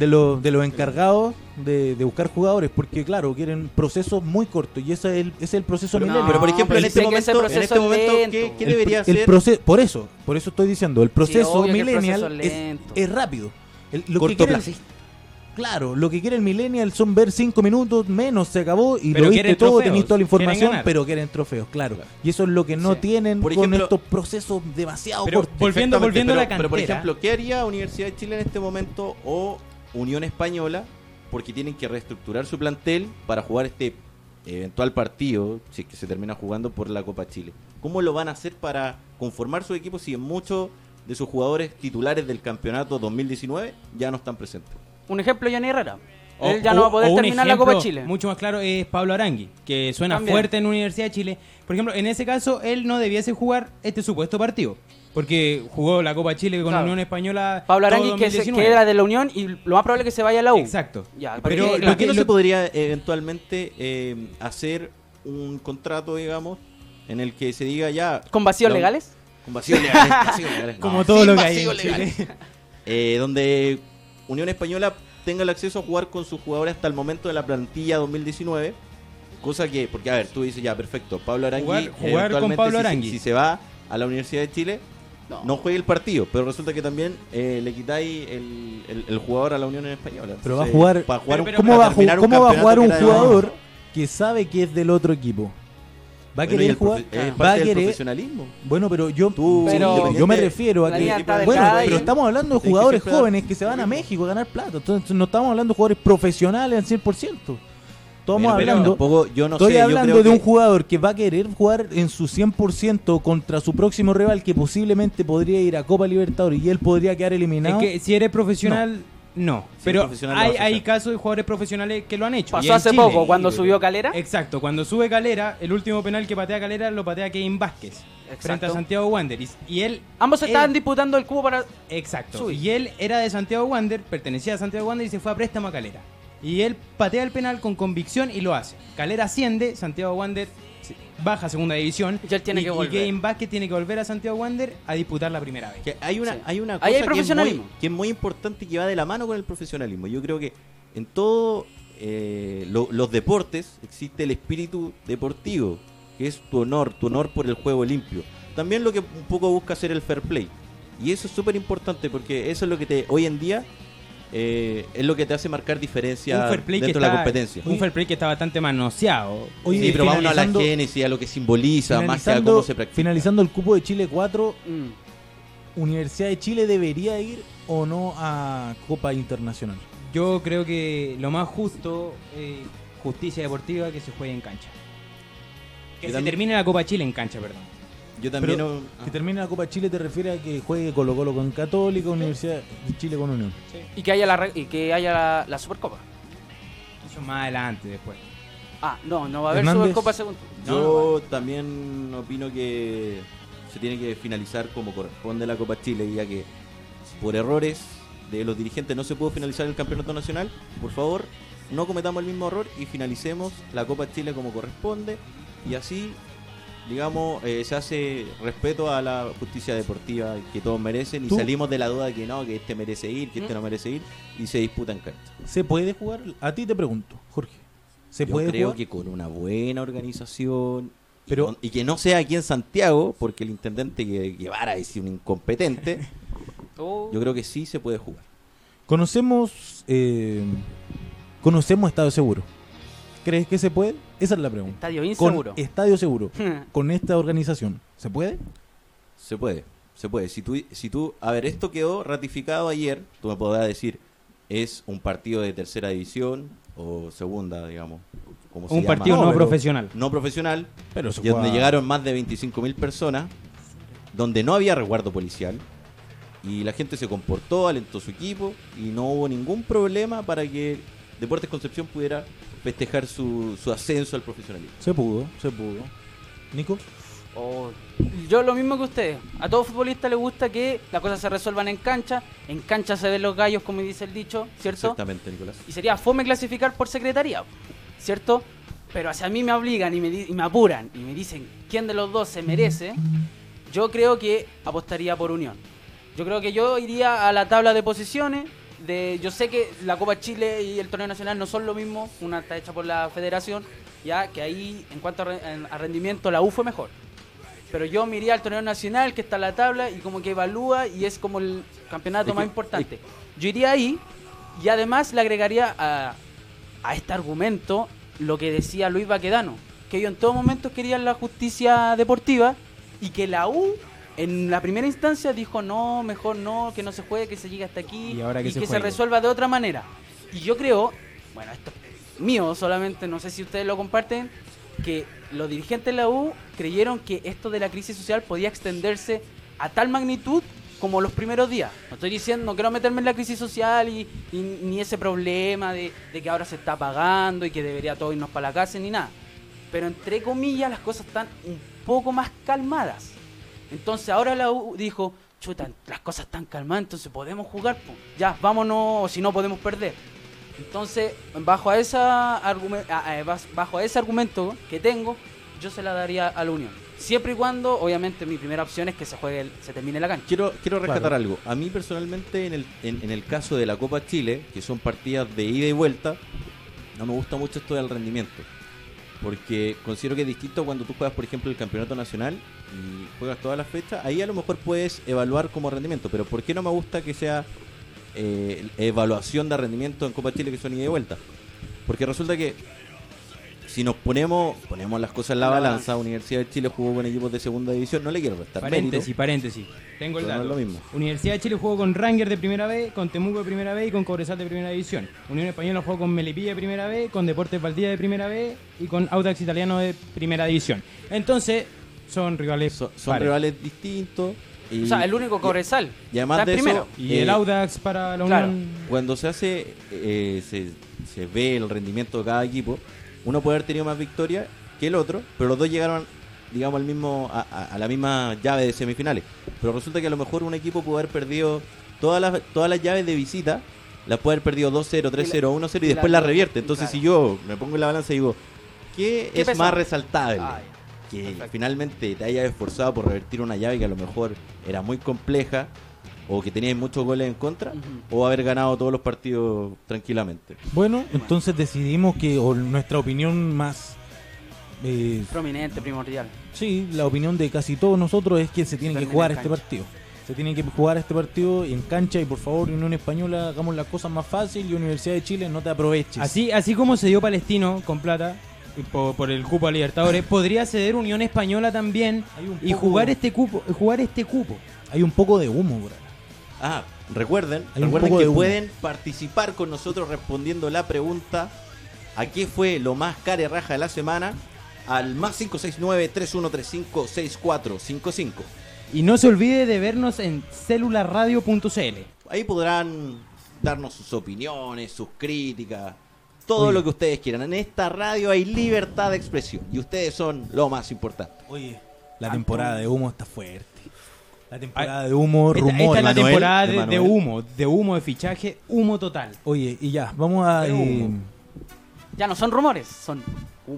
A: de, los- de los encargados de, de buscar jugadores, porque claro, quieren procesos muy cortos y ese es el, ese es el proceso
B: Pero no,
A: millennial.
C: Pero por ejemplo,
B: pero
C: en
B: sí
C: este
B: sé que ese
C: momento, en
B: proceso
C: este
B: es
C: momento ¿qué,
B: lento.
C: qué
A: El-
C: debería
A: el
C: hacer?
A: proceso por eso, por eso estoy diciendo, el proceso
B: obvio que el
A: millennial
B: proceso es
A: es-
B: lento.
A: es, rápido. El- lo que quiere el-
C: Cortoplacista.
A: Claro, lo que quiere el millennial son ver cinco minutos menos, se acabó y
D: Pero
A: lo viste
D: quieren
A: todo,
D: trofeos,
A: tenéis toda la
D: quieren
A: información,
D: ganar.
A: pero quieren trofeos, claro. Y eso es lo que no
B: Sí.
A: tienen
C: Por
A: con
C: ejemplo-
A: estos procesos demasiado
D: Pero
A: cortos.
D: volviendo,
C: Exactamente,
D: volviendo a la
C: pero-
D: cantera.
C: Pero por ejemplo, ¿qué haría Universidad de Chile en este momento o Unión Española? Porque tienen que reestructurar su plantel para jugar este eventual partido, si es que se termina jugando por la Copa Chile. ¿Cómo lo van a hacer para conformar su equipo si en muchos de sus jugadores titulares del campeonato 2019 ya no están presentes?
B: Un ejemplo, Johnny Herrera.
D: O-
B: él ya
D: o-
B: no va a poder
D: o un
B: terminar la
D: ejemplo
B: Copa Chile.
D: Mucho más claro es Pablo Arangui, que suena
B: También.
D: fuerte en Universidad de Chile. Por ejemplo, en ese caso, él no debiese jugar este supuesto partido, porque jugó la Copa Chile con la
B: Claro.
D: Unión Española.
B: Pablo
D: todo
B: Arangui que se
D: 2019.
B: queda de la Unión y lo más probable es que se vaya a la U.
D: Exacto.
B: Ya, para
D: pero
B: que-
D: lo
B: claro.
C: ¿Por qué no
D: lo-
C: se podría eventualmente eh, hacer un contrato, digamos, en el que se diga ya...
B: ¿Con vacíos
C: la-
B: legales?
C: Con vacíos legales. vacíos legales.
D: <laughs> como
C: No,
D: todo
C: sin
D: lo que hay
C: vacíos
D: en Chile.
C: legales. eh, donde Unión Española tenga el acceso a jugar con sus jugadores hasta el momento de la plantilla 2019. Cosa que, porque a ver, tú dices ya, perfecto, Pablo Arangui,
E: Jugar- jugar con
C: eventualmente,
E: Pablo
C: si se-
E: Arangui.
C: Si, se va a la Universidad de Chile, no, juegue el partido, pero resulta que también eh, le quitáis el, el- el jugador a la Unión Española.
A: Pero va a
C: Entonces,
A: jugar-
C: para jugar un-
A: ¿Cómo,
C: para
A: va, a
C: terminar
A: ju- cómo va a
C: campeonato
A: jugar
C: que
A: un
C: era de abajo?
A: jugador que sabe que es del otro equipo? ¿Va a
C: Bueno, y
A: querer
C: el
A: jugar?
C: profe- es
A: ¿Va a
C: parte del
A: querer?
C: profesionalismo.
A: Bueno, pero yo,
C: Tú-
A: sí,
B: Pero-
A: yo me refiero a
B: La
A: que.
B: liga está
A: Bueno,
B: delgada
A: pero
B: y-
A: estamos hablando de
C: que
A: jugadores
C: siempre-
A: jóvenes que se van a México a ganar plata. Entonces, no estamos hablando de jugadores profesionales al 100%. Estamos
C: Bueno, pero
A: hablando.
C: tampoco- yo no
A: Estoy
C: sé, yo
A: hablando
C: creo
A: de un
C: que-
A: jugador que va a querer jugar en su 100% contra su próximo rival que posiblemente podría ir a Copa Libertadores y él podría quedar eliminado.
E: Es que si eres profesional, no. Pero
C: eres profesional, lo
E: hay,
C: vas a
E: hay
C: hacer.
E: casos de jugadores profesionales que lo han hecho. Y
B: Pasó
E: en
B: hace
E: Chile-
B: poco, cuando subió Calera.
E: Exacto, cuando sube Calera, el último penal que patea Calera lo patea Kevin Vázquez frente a Santiago Wanderers. Y él.
B: Ambos
E: él-
B: estaban disputando el cubo para...
E: Exacto.
B: Sube.
E: Y él era de Santiago Wander, pertenecía a Santiago Wander y se fue a préstamo a Calera. Y él patea el penal con convicción y lo hace. Calera asciende, Santiago Wander se- baja a segunda división.
B: Y él tiene que volver.
E: Game Vázquez tiene que volver a Santiago Wander a disputar la primera vez.
C: Que hay una,
B: Sí.
C: hay una
B: Ahí
C: cosa
B: hay
C: que, es muy,
B: profesionalismo.
C: que es muy importante y que va de la mano con el profesionalismo. Yo creo que en todos los deportes existe el espíritu deportivo, que es tu honor, tu honor por el juego limpio. También lo que un poco busca hacer el fair play. Y eso es súper importante porque eso es lo que te, hoy en día eh, es lo que te hace marcar diferencia
E: un fair play que
C: dentro de
E: está,
C: la competencia.
E: Un fair play que está bastante manoseado.
A: Oye,
C: sí, pero vámonos a la
A: finalizando-
C: génesis, a lo que simboliza, más que a
A: finalizando,
C: cómo se practica.
A: finalizando el cupo de Chile 4,
B: Mm.
A: ¿Universidad de Chile debería ir o no a Copa Internacional?
E: Yo creo que lo más justo, eh, justicia deportiva, que se juegue en cancha. Que
C: Yo
E: se
C: también-
E: termine la Copa Chile en cancha, perdón.
C: Yo también...
A: Pero-
C: no- ah.
A: Que termine la Copa Chile te refiere a que juegue Colo Colo con Católica, Universidad de Chile con Unión.
B: Y que haya la, re- y que haya la, la Supercopa.
E: Eso más adelante, después.
B: Ah, no, no va a haber
A: Hernández.
B: Supercopa segundo.
C: Yo también opino que se tiene que finalizar como corresponde la Copa Chile, ya que por errores de los dirigentes no se pudo finalizar el campeonato nacional. Por favor, no cometamos el mismo error y finalicemos la Copa Chile como corresponde. Y así, digamos, eh, se hace respeto a la justicia deportiva que todos merecen y
A: ¿Tú?
C: salimos de la duda de que no, que este merece ir, que este no merece ir y se disputa en cancha.
A: ¿Se puede jugar? A ti te pregunto, Jorge. ¿Se
C: Yo
A: puede
C: creo
A: jugar?
C: que con una buena organización y
A: Pero-
C: con- y, que no sea aquí en Santiago, porque el intendente que Guevara es un incompetente,
B: Oh.
C: yo creo que sí se puede jugar.
A: Conocemos eh, conocemos Estado Seguro. ¿Crees que se puede? Esa es la pregunta.
B: Estadio
A: Con
B: inseguro.
A: Estadio Seguro,
B: Hmm.
A: con esta organización, ¿se puede?
C: Se puede, se puede. Si tú, si tú, a ver, esto quedó ratificado ayer, tú me podrás decir, es un partido de tercera división o segunda, digamos. como se
E: Un
C: llama,
E: partido no,
A: No, pero-
E: profesional.
C: no profesional,
A: Pero se
C: y donde
A: juega-
C: llegaron más de 25.000 personas, donde no había resguardo policial, y la gente se comportó, alentó su equipo, y no hubo ningún problema para que Deportes Concepción pudiera festejar su, su ascenso al profesionalismo.
A: Se pudo, se pudo. Nico,
B: <laughs> Oh. Yo lo mismo que ustedes. A todo futbolista le gusta que las cosas se resuelvan en cancha. En cancha se ven los gallos, como dice el dicho, ¿cierto?
C: Exactamente, Nicolás.
B: Y sería fome clasificar por secretaría, ¿cierto? Pero hacia mí me obligan y me, di- y me apuran y me dicen quién de los dos se merece. Yo creo que apostaría por Unión. Yo creo que yo iría a la tabla de posiciones. De, yo sé que la Copa Chile y el Torneo Nacional no son lo mismo. Una está hecha por la Federación, ya que ahí, en cuanto a, re- en- a rendimiento, la U fue mejor. Pero yo me iría al Torneo Nacional, que está en la tabla, y como que evalúa y es como el campeonato
C: Es que-
B: más importante. Yo iría ahí y además le agregaría a, a este argumento lo que decía Luis Baquedano, que ellos en todo momento querían la justicia deportiva y que la U en la primera instancia dijo no, mejor no, que no se juegue, que se llegue hasta aquí
E: Y ahora que se
B: que se
E: juegue.
B: resuelva de otra manera. Y yo creo, bueno, esto es mío solamente, no sé si ustedes lo comparten, que los dirigentes de la U creyeron que esto de la crisis social podía extenderse a tal magnitud como los primeros días. No estoy diciendo, no quiero meterme en la crisis social y, y ni ese problema de, de que ahora se está pagando y que debería todo irnos para la casa ni nada. Pero entre comillas las cosas están un poco más calmadas. Entonces ahora la U dijo, chuta, las cosas están calmadas, entonces podemos jugar, po. ya, vámonos, o si no podemos perder. Entonces, bajo a, esa argumen- a- a- bas- bajo a ese argumento que tengo, yo se la daría a la Unión. Siempre y cuando, obviamente, mi primera opción es que se juegue, el- se termine la cancha.
C: Quiero, quiero rescatar algo. A mí personalmente, en el, en, en el caso de la Copa Chile, que son partidas de ida y vuelta, no me gusta mucho esto del rendimiento. Porque considero que es distinto cuando tú juegas, por ejemplo, el Campeonato Nacional y juegas todas las fechas. Ahí a lo mejor puedes evaluar como rendimiento. Pero ¿por qué no me gusta que sea eh, evaluación de rendimiento en Copa Chile que son ida y vuelta? Porque resulta que si nos ponemos ponemos las cosas en la
B: La
C: balanza, Universidad de Chile jugó con equipos de segunda división, no le quiero restar mérito.
D: Paréntesis, paréntesis. Tengo el
C: Pero no
D: dato.
C: es lo mismo.
D: Universidad de Chile jugó con Ranger de primera B, con Temuco de primera B y con Cobresal de primera división. Unión Española jugó con Melipilla de primera B, con Deportes Valdivia de primera B y con Audax Italiano de primera división. Entonces, son rivales.
C: So- son
D: pares.
C: rivales distintos. Y,
B: O sea, el único Cobresal.
C: y además
B: está
C: de
B: en
C: eso,
B: primero.
D: Y
C: eh,
D: el Audax para la
B: claro.
D: Unión.
C: Cuando se hace, eh, se, se ve el rendimiento de cada equipo, uno puede haber tenido más victorias que el otro, pero los dos llegaron, digamos, al mismo, a, a- a la misma llave de semifinales. Pero resulta que a lo mejor un equipo puede haber perdido todas las, todas las llaves de visita, las puede haber perdido 2-0, 3-0, 1-0 y,
B: y la-
C: después las revierte. Entonces,
B: claro.
C: si yo me pongo en la balanza y digo, ¿qué,
B: ¿Qué
C: es
B: pesa?
C: más resaltable?
B: Ah, ya.
C: que
B: Perfecto.
C: finalmente te hayas esforzado por revertir una llave que a lo mejor era muy compleja o que tenías muchos goles en contra
B: Ujú.
C: o haber ganado todos los partidos tranquilamente.
A: Bueno, entonces decidimos que o nuestra opinión más. eh,
B: Prominente, primordial.
A: sí, la opinión de casi todos nosotros es que se tiene que
B: Termina
A: jugar
B: en
A: este
B: cancha.
A: partido. Se tiene que jugar este partido en cancha y por favor, Unión Española, hagamos las cosas más fácil y Universidad de Chile no te aproveches.
D: Así, así como se dio Palestino con plata y po- por, el cupo
C: <laughs>
D: a Libertadores, podría ceder Unión Española también
A: Hay un
D: y
A: poco-
D: jugar este cupo, jugar este cupo.
A: Hay un poco de humo, bro.
C: Ah, recuerden,
A: Hay un
C: recuerden
A: poco
C: que
A: de humo.
C: pueden participar con nosotros respondiendo la pregunta ¿A qué fue lo más care raja de la semana? Al más 569-3135-6455.
D: Y no se olvide de vernos en celularradio.cl.
C: Ahí podrán darnos sus opiniones, sus críticas, todo lo que ustedes quieran. En esta radio hay libertad de expresión y ustedes son lo más importante.
A: Oye, la temporada de humo está fuerte. La temporada de humo,
D: Esta,
A: rumor.
D: esta es la
C: Manuel,
D: temporada de,
C: Manuel.
D: de humo, de humo de fichaje, humo total.
A: Oye, y ya, vamos a...
D: De humo.
A: eh,
B: Ya no son rumores, son.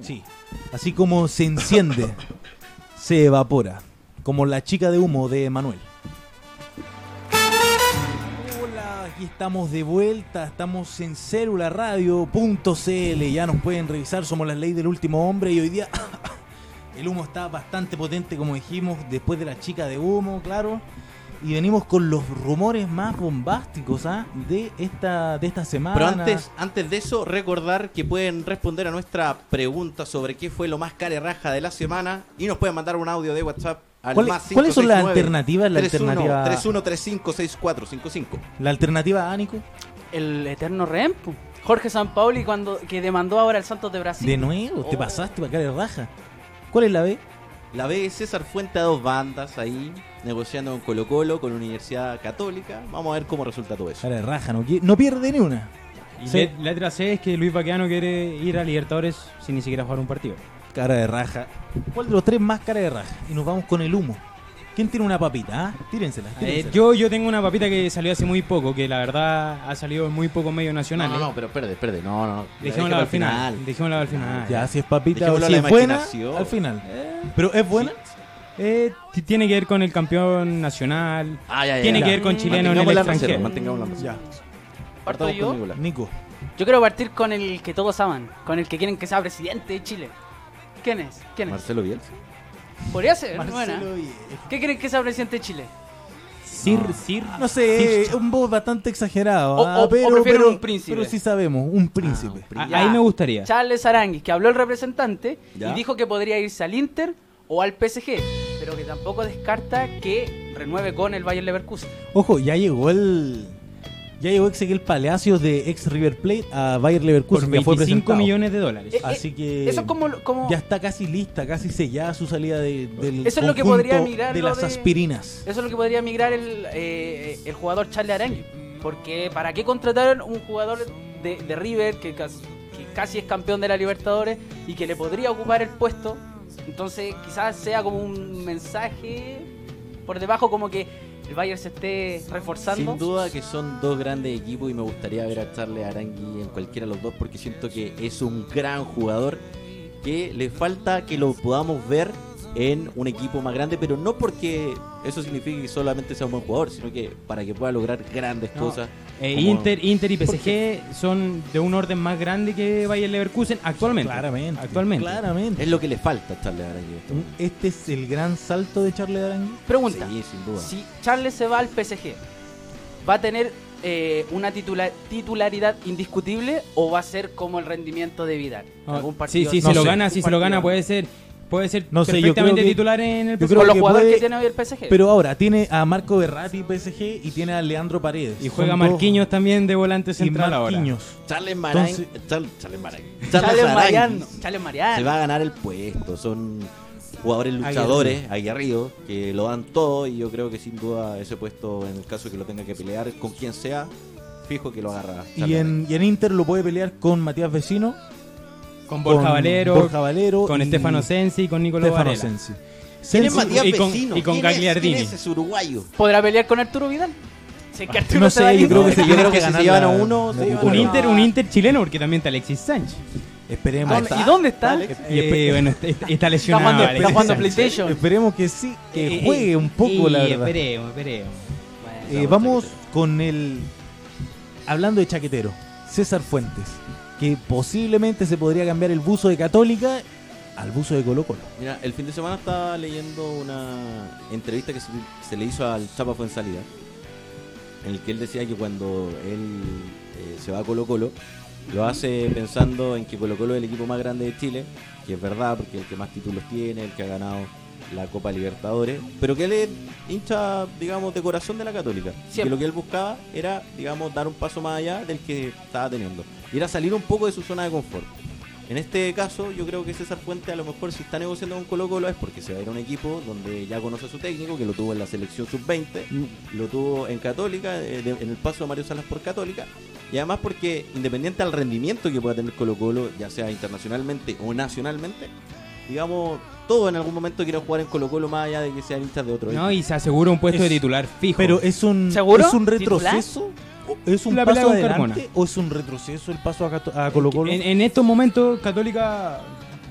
A: Sí. Así como se
C: <laughs>
A: enciende, se evapora. Como la chica de humo de Manuel. Hola, aquí estamos de vuelta. Estamos en celularradio.cl. Ya nos pueden revisar. Somos la ley del último hombre. Y hoy día <coughs> el humo está bastante potente, como dijimos, después de la chica de humo, claro. Y venimos con los rumores más bombásticos ¿ah? de, esta, de esta semana.
C: Pero antes, antes de eso, recordar que pueden responder a nuestra pregunta sobre qué fue lo más care raja de la semana y nos pueden mandar un audio de WhatsApp al
A: ¿Cuál-
C: más
A: cuáles son las
C: 569
A: alternativas? La
C: 31
A: alternativa-
C: 31356455.
A: La alternativa a Nico.
B: El eterno rehén, pu. Jorge Sampaoli cuando que demandó ahora el Santos de Brasil.
A: De nuevo, te
B: Oh.
A: pasaste para acá de raja. ¿Cuál es la B?
C: La B es César Fuente a dos bandas ahí, negociando con Colo Colo, con la Universidad Católica. Vamos a ver cómo resulta todo eso.
A: Cara de raja, no, qui- no pierde ni una.
D: Y
A: Sí.
D: le- letra C es que Luis Baqueano quiere ir a Libertadores sin ni siquiera jugar un partido.
A: Cara de raja. ¿Cuál de los tres más cara de raja? Y nos vamos con el humo. ¿Quién tiene una papita? ah? Tírensela.
D: A ver,
A: tírensela.
D: Eh, yo, yo tengo una papita que salió hace muy poco, que la verdad ha salido en muy pocos medios
C: No, no,
D: nacionales.
C: no, pero espérate, espérate. No, no.
D: Dejémosla al final. Dejémosla al final.
A: Ah, Ya, si es papita o
C: Dejémoslo
A: si
C: a
A: es
C: la
A: buena,
C: imaginación.
A: al final. ¿Pero es buena?
D: Eh, t- tiene que ver con el campeón nacional.
C: Ah, ya, ya,
D: Tiene
C: ya.
D: que ver con chileno en el
C: Mantengamos la
D: extranjero.
C: reserva, mantengamos la reserva.
A: Ya.
B: Parto
C: Partamos con
B: yo.
C: Nicolás.
A: Nico.
B: Yo quiero partir con el que todos aman, con el que quieren que sea presidente de Chile. ¿Quién es? ¿Quién es?
C: Marcelo Bielsa.
B: Podría ser, buena.
A: Marcelo Viejo.
B: ¿Qué quieren que sea presidente de Chile?
D: Sir, Sir.
A: No sé, es un voz bastante exagerado.
B: O-
A: ah,
B: o- o
A: pero,
B: prefieren
A: pero-
B: un príncipe.
A: Pero sí sabemos, un príncipe.
D: A-
C: Ah,
B: Ya.
D: Ahí me gustaría.
B: Charles Arangui, que habló el representante
C: Ya.
B: y dijo que podría irse al Inter o al PSG, pero que tampoco descarta que renueve con el Bayern Leverkusen.
A: Ojo, ya llegó el. Ya llegó Ezequiel Palacios de ex River Plate a Bayer
D: Por
A: Leverkusen. ya fue
D: 25
A: presentado.
D: millones de dólares.
B: Eh,
A: Así que-
B: Eso es como. lo- como
A: Ya está casi lista, casi sellada su salida de, del.
B: Eso es lo que
A: conjunto
B: podría mirar
A: De
B: lo
A: las
B: de-
A: aspirinas.
B: Eso es lo que podría migrar el, eh, el jugador Charles Arangui. Porque ¿para qué contrataron un jugador de, de River que, cas- que casi es campeón de la Libertadores y que le podría ocupar el puesto? Entonces quizás sea como un mensaje por debajo como que el Bayern se esté reforzando.
C: Sin duda que son dos grandes equipos y me gustaría ver a Charles Arangui en cualquiera de los dos porque siento que es un gran jugador que le falta que lo podamos ver en un equipo más grande, pero no porque eso signifique que solamente sea un buen jugador, sino que para que pueda lograr grandes
D: No,
C: cosas.
D: eh,
C: como-
D: Inter, Inter y PSG son de un orden más grande que Bayer Leverkusen actualmente.
A: Claramente.
D: Actualmente.
A: Claramente.
C: Es lo que le falta a Charles Arangui.
A: Este es el gran salto de Charles Arangui.
B: Pregunta.
C: Sí, sin duda.
B: Si Charles se va al PSG, ¿va a tener eh, una titula- titularidad indiscutible o va a ser como el rendimiento de Vidal?
D: Ah,
B: Algún
D: sí,
B: partido-
D: sí,
A: No
D: si lo
A: sé.
D: gana, si
B: algún
D: se lo gana
B: partido.
D: puede ser puede ser
A: No sé, yo
D: perfectamente
A: creo que-
D: titular en el
A: yo
D: PSG.
A: creo
B: Con los
A: que
B: jugadores
A: puede-
B: que tiene hoy el PSG.
A: Pero ahora tiene a Marco Berratti PSG y tiene a Leandro Paredes.
D: y
A: Son
D: juega
A: dos-
D: Marquinhos también de volante
A: y
D: central ahora.
A: Marquinhos.
C: Charles Marang,
A: Entonces-
C: Char- Charles Marang-
B: Charles
C: Arangui
B: Mariano. Charles Mariano.
C: se va a ganar el puesto. Son jugadores luchadores, aguerridos, que lo dan todo y yo creo que sin duda ese puesto, en el caso que lo tenga que pelear con quien sea, fijo que lo agarra.
A: Y
C: Charles Arangui.
A: en, y en Inter lo puede pelear con Matías Vecino,
D: Con Borja
A: con
D: Valero,
A: Borja Valero
D: con
A: y
D: Estefano Sensi, con Nicolás
A: Stefano
D: Varela.
A: Sensi.
C: ¿Quién es
A: Sensi-
C: Matías
D: y con-
C: Vecino?
D: y con
C: ¿Quién es-
D: Gagliardini.
C: quién es ese uruguayo?
B: ¿Podrá pelear con Arturo Vidal? Si es que Arturo
A: Ah, No
B: se va a
A: sé, yo
B: ir.
A: creo que
C: Yo
A: se
C: creo
A: tienen
C: que
A: que
C: si
A: ganar
C: llevan a
A: la-
C: uno,
A: la
C: se llevan
A: Bueno,
D: Un
A: no.
D: Inter, un Inter chileno porque también está Alexis Sánchez.
A: Esperemos.
C: Ah,
B: ¿Dónde- ¿Y dónde está?
C: Alex?
D: Y espe- bueno, está, está- está lesionado.
B: jugando-
D: Alexis
A: <laughs>
B: está jugando
D: Sánchez.
B: PlayStation.
A: Esperemos que sí, que
D: Eh,
A: juegue
D: eh,
A: un poco,
D: y
A: la verdad.
D: Esperemos, esperemos.
B: Bueno,
A: Eh, vamos con el. Hablando de chaquetero, César Fuentes, que posiblemente se podría cambiar el buzo de Católica al buzo de Colo Colo.
C: Mira, el fin de semana estaba leyendo una entrevista que se, se le hizo al Chapa Fuensalida, en el que él decía que cuando él eh, se va a Colo Colo, lo hace pensando en que Colo Colo es el equipo más grande de Chile, que es verdad, porque es el que más títulos tiene, el que ha ganado la Copa Libertadores, pero que él es hincha, digamos, de corazón de la Católica. Y Que
B: Siempre.
C: lo que él buscaba era, digamos, dar un paso más allá del que estaba teniendo. Y era salir un poco de su zona de confort. En este caso, yo creo que César Fuente, a lo mejor, si está negociando con Colo Colo, es porque se va a ir a un equipo donde ya conoce a su técnico, que lo tuvo en la selección sub-20, lo tuvo en Católica, eh, de- en el paso de Mario Salas por Católica, y además porque, independiente al rendimiento que pueda tener Colo Colo, ya sea internacionalmente o nacionalmente, digamos, todos en algún momento quieren jugar en Colo Colo más allá de que sean hinchas de otro
D: No,
C: equipo.
D: y se asegura un puesto
A: Es-
D: de titular fijo.
A: Pero es un,
B: ¿Seguro?
A: es un retroceso. o- ¿Es un
D: La pelea
A: paso
D: con
A: adelante
D: Carmona.
A: o es un retroceso el paso a, Cato-
D: Eh,
A: a Colo Colo?
D: En, en estos momentos, Católica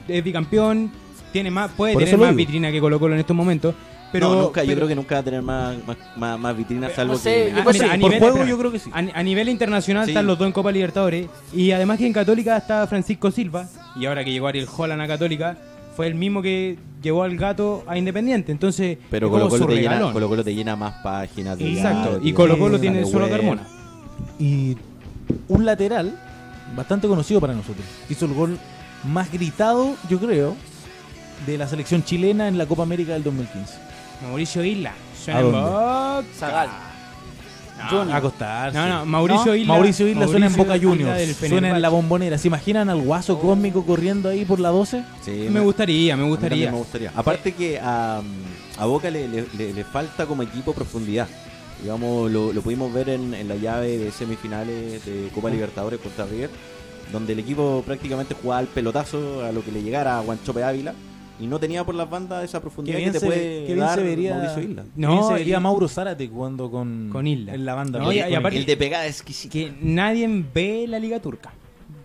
D: es bicampeón, tiene más, puede
A: Por
D: tener
A: eso lo
D: más
A: digo.
D: vitrina que Colo Colo en estos momentos. Pero,
C: No, nunca, yo
D: pero-
C: creo que nunca va a tener más, más, más, más vitrinas, salvo
B: no sé,
C: que...
B: yo
D: Ah,
B: creo
D: mira,
B: que
D: a
B: sí.
A: Por
D: nivel-
A: juego
D: espera,
A: yo creo que sí.
D: A, a nivel internacional
C: Sí.
D: están los dos en Copa Libertadores. Y además que en Católica está Francisco Silva. Y ahora que llegó Ariel Holland a Católica, fue el mismo que llevó al gato a Independiente. Entonces,
C: Ah, Pero
D: es como
C: Colo Colo,
D: su
C: te llena,
D: regalón.
C: Colo Colo te llena más páginas. de
D: Exacto.
C: diario,
D: Y Colo Colo
C: de
D: tiene
C: web.
D: solo Carmona.
A: Y un lateral bastante conocido para nosotros. Hizo el gol más gritado, yo creo, de la selección chilena en la Copa América del 2015.
D: Mauricio Isla.
A: ¿A
D: Suena
A: dónde?
D: en Boca.
B: Zagal.
A: A acostarse.
D: Ah. No, no, Mauricio Isla-
A: Mauricio Isla suena en
D: Mauricio
A: Boca
D: anda del
A: Juniors. Suena en
D: Fenerbahce.
A: la bombonera. ¿Se imaginan al guaso cósmico corriendo ahí por la 12?
C: Sí,
D: Me gustaría, me
C: a mí también
D: gustaría.
C: me gustaría. Aparte que a, a Boca le, le- le- le falta como equipo profundidad. Digamos, lo, lo pudimos ver en, en la llave de semifinales de Copa Libertadores contra River, donde el equipo prácticamente jugaba al pelotazo a lo que le llegara a Guanchope Ávila y no tenía por las bandas esa profundidad
A: Qué
C: que
A: bien
C: te
A: se-
C: puede
A: qué bien
C: dar
A: se vería-
C: Mauricio Isla.
A: No,
D: No,
A: se
D: y-
A: vería Mauro Zárate jugando con,
D: Con Isla.
A: En la banda.
D: No,
A: con-
D: y-
A: con
D: y aparte-
C: El de pegada exquisita.
D: que nadie ve la liga turca.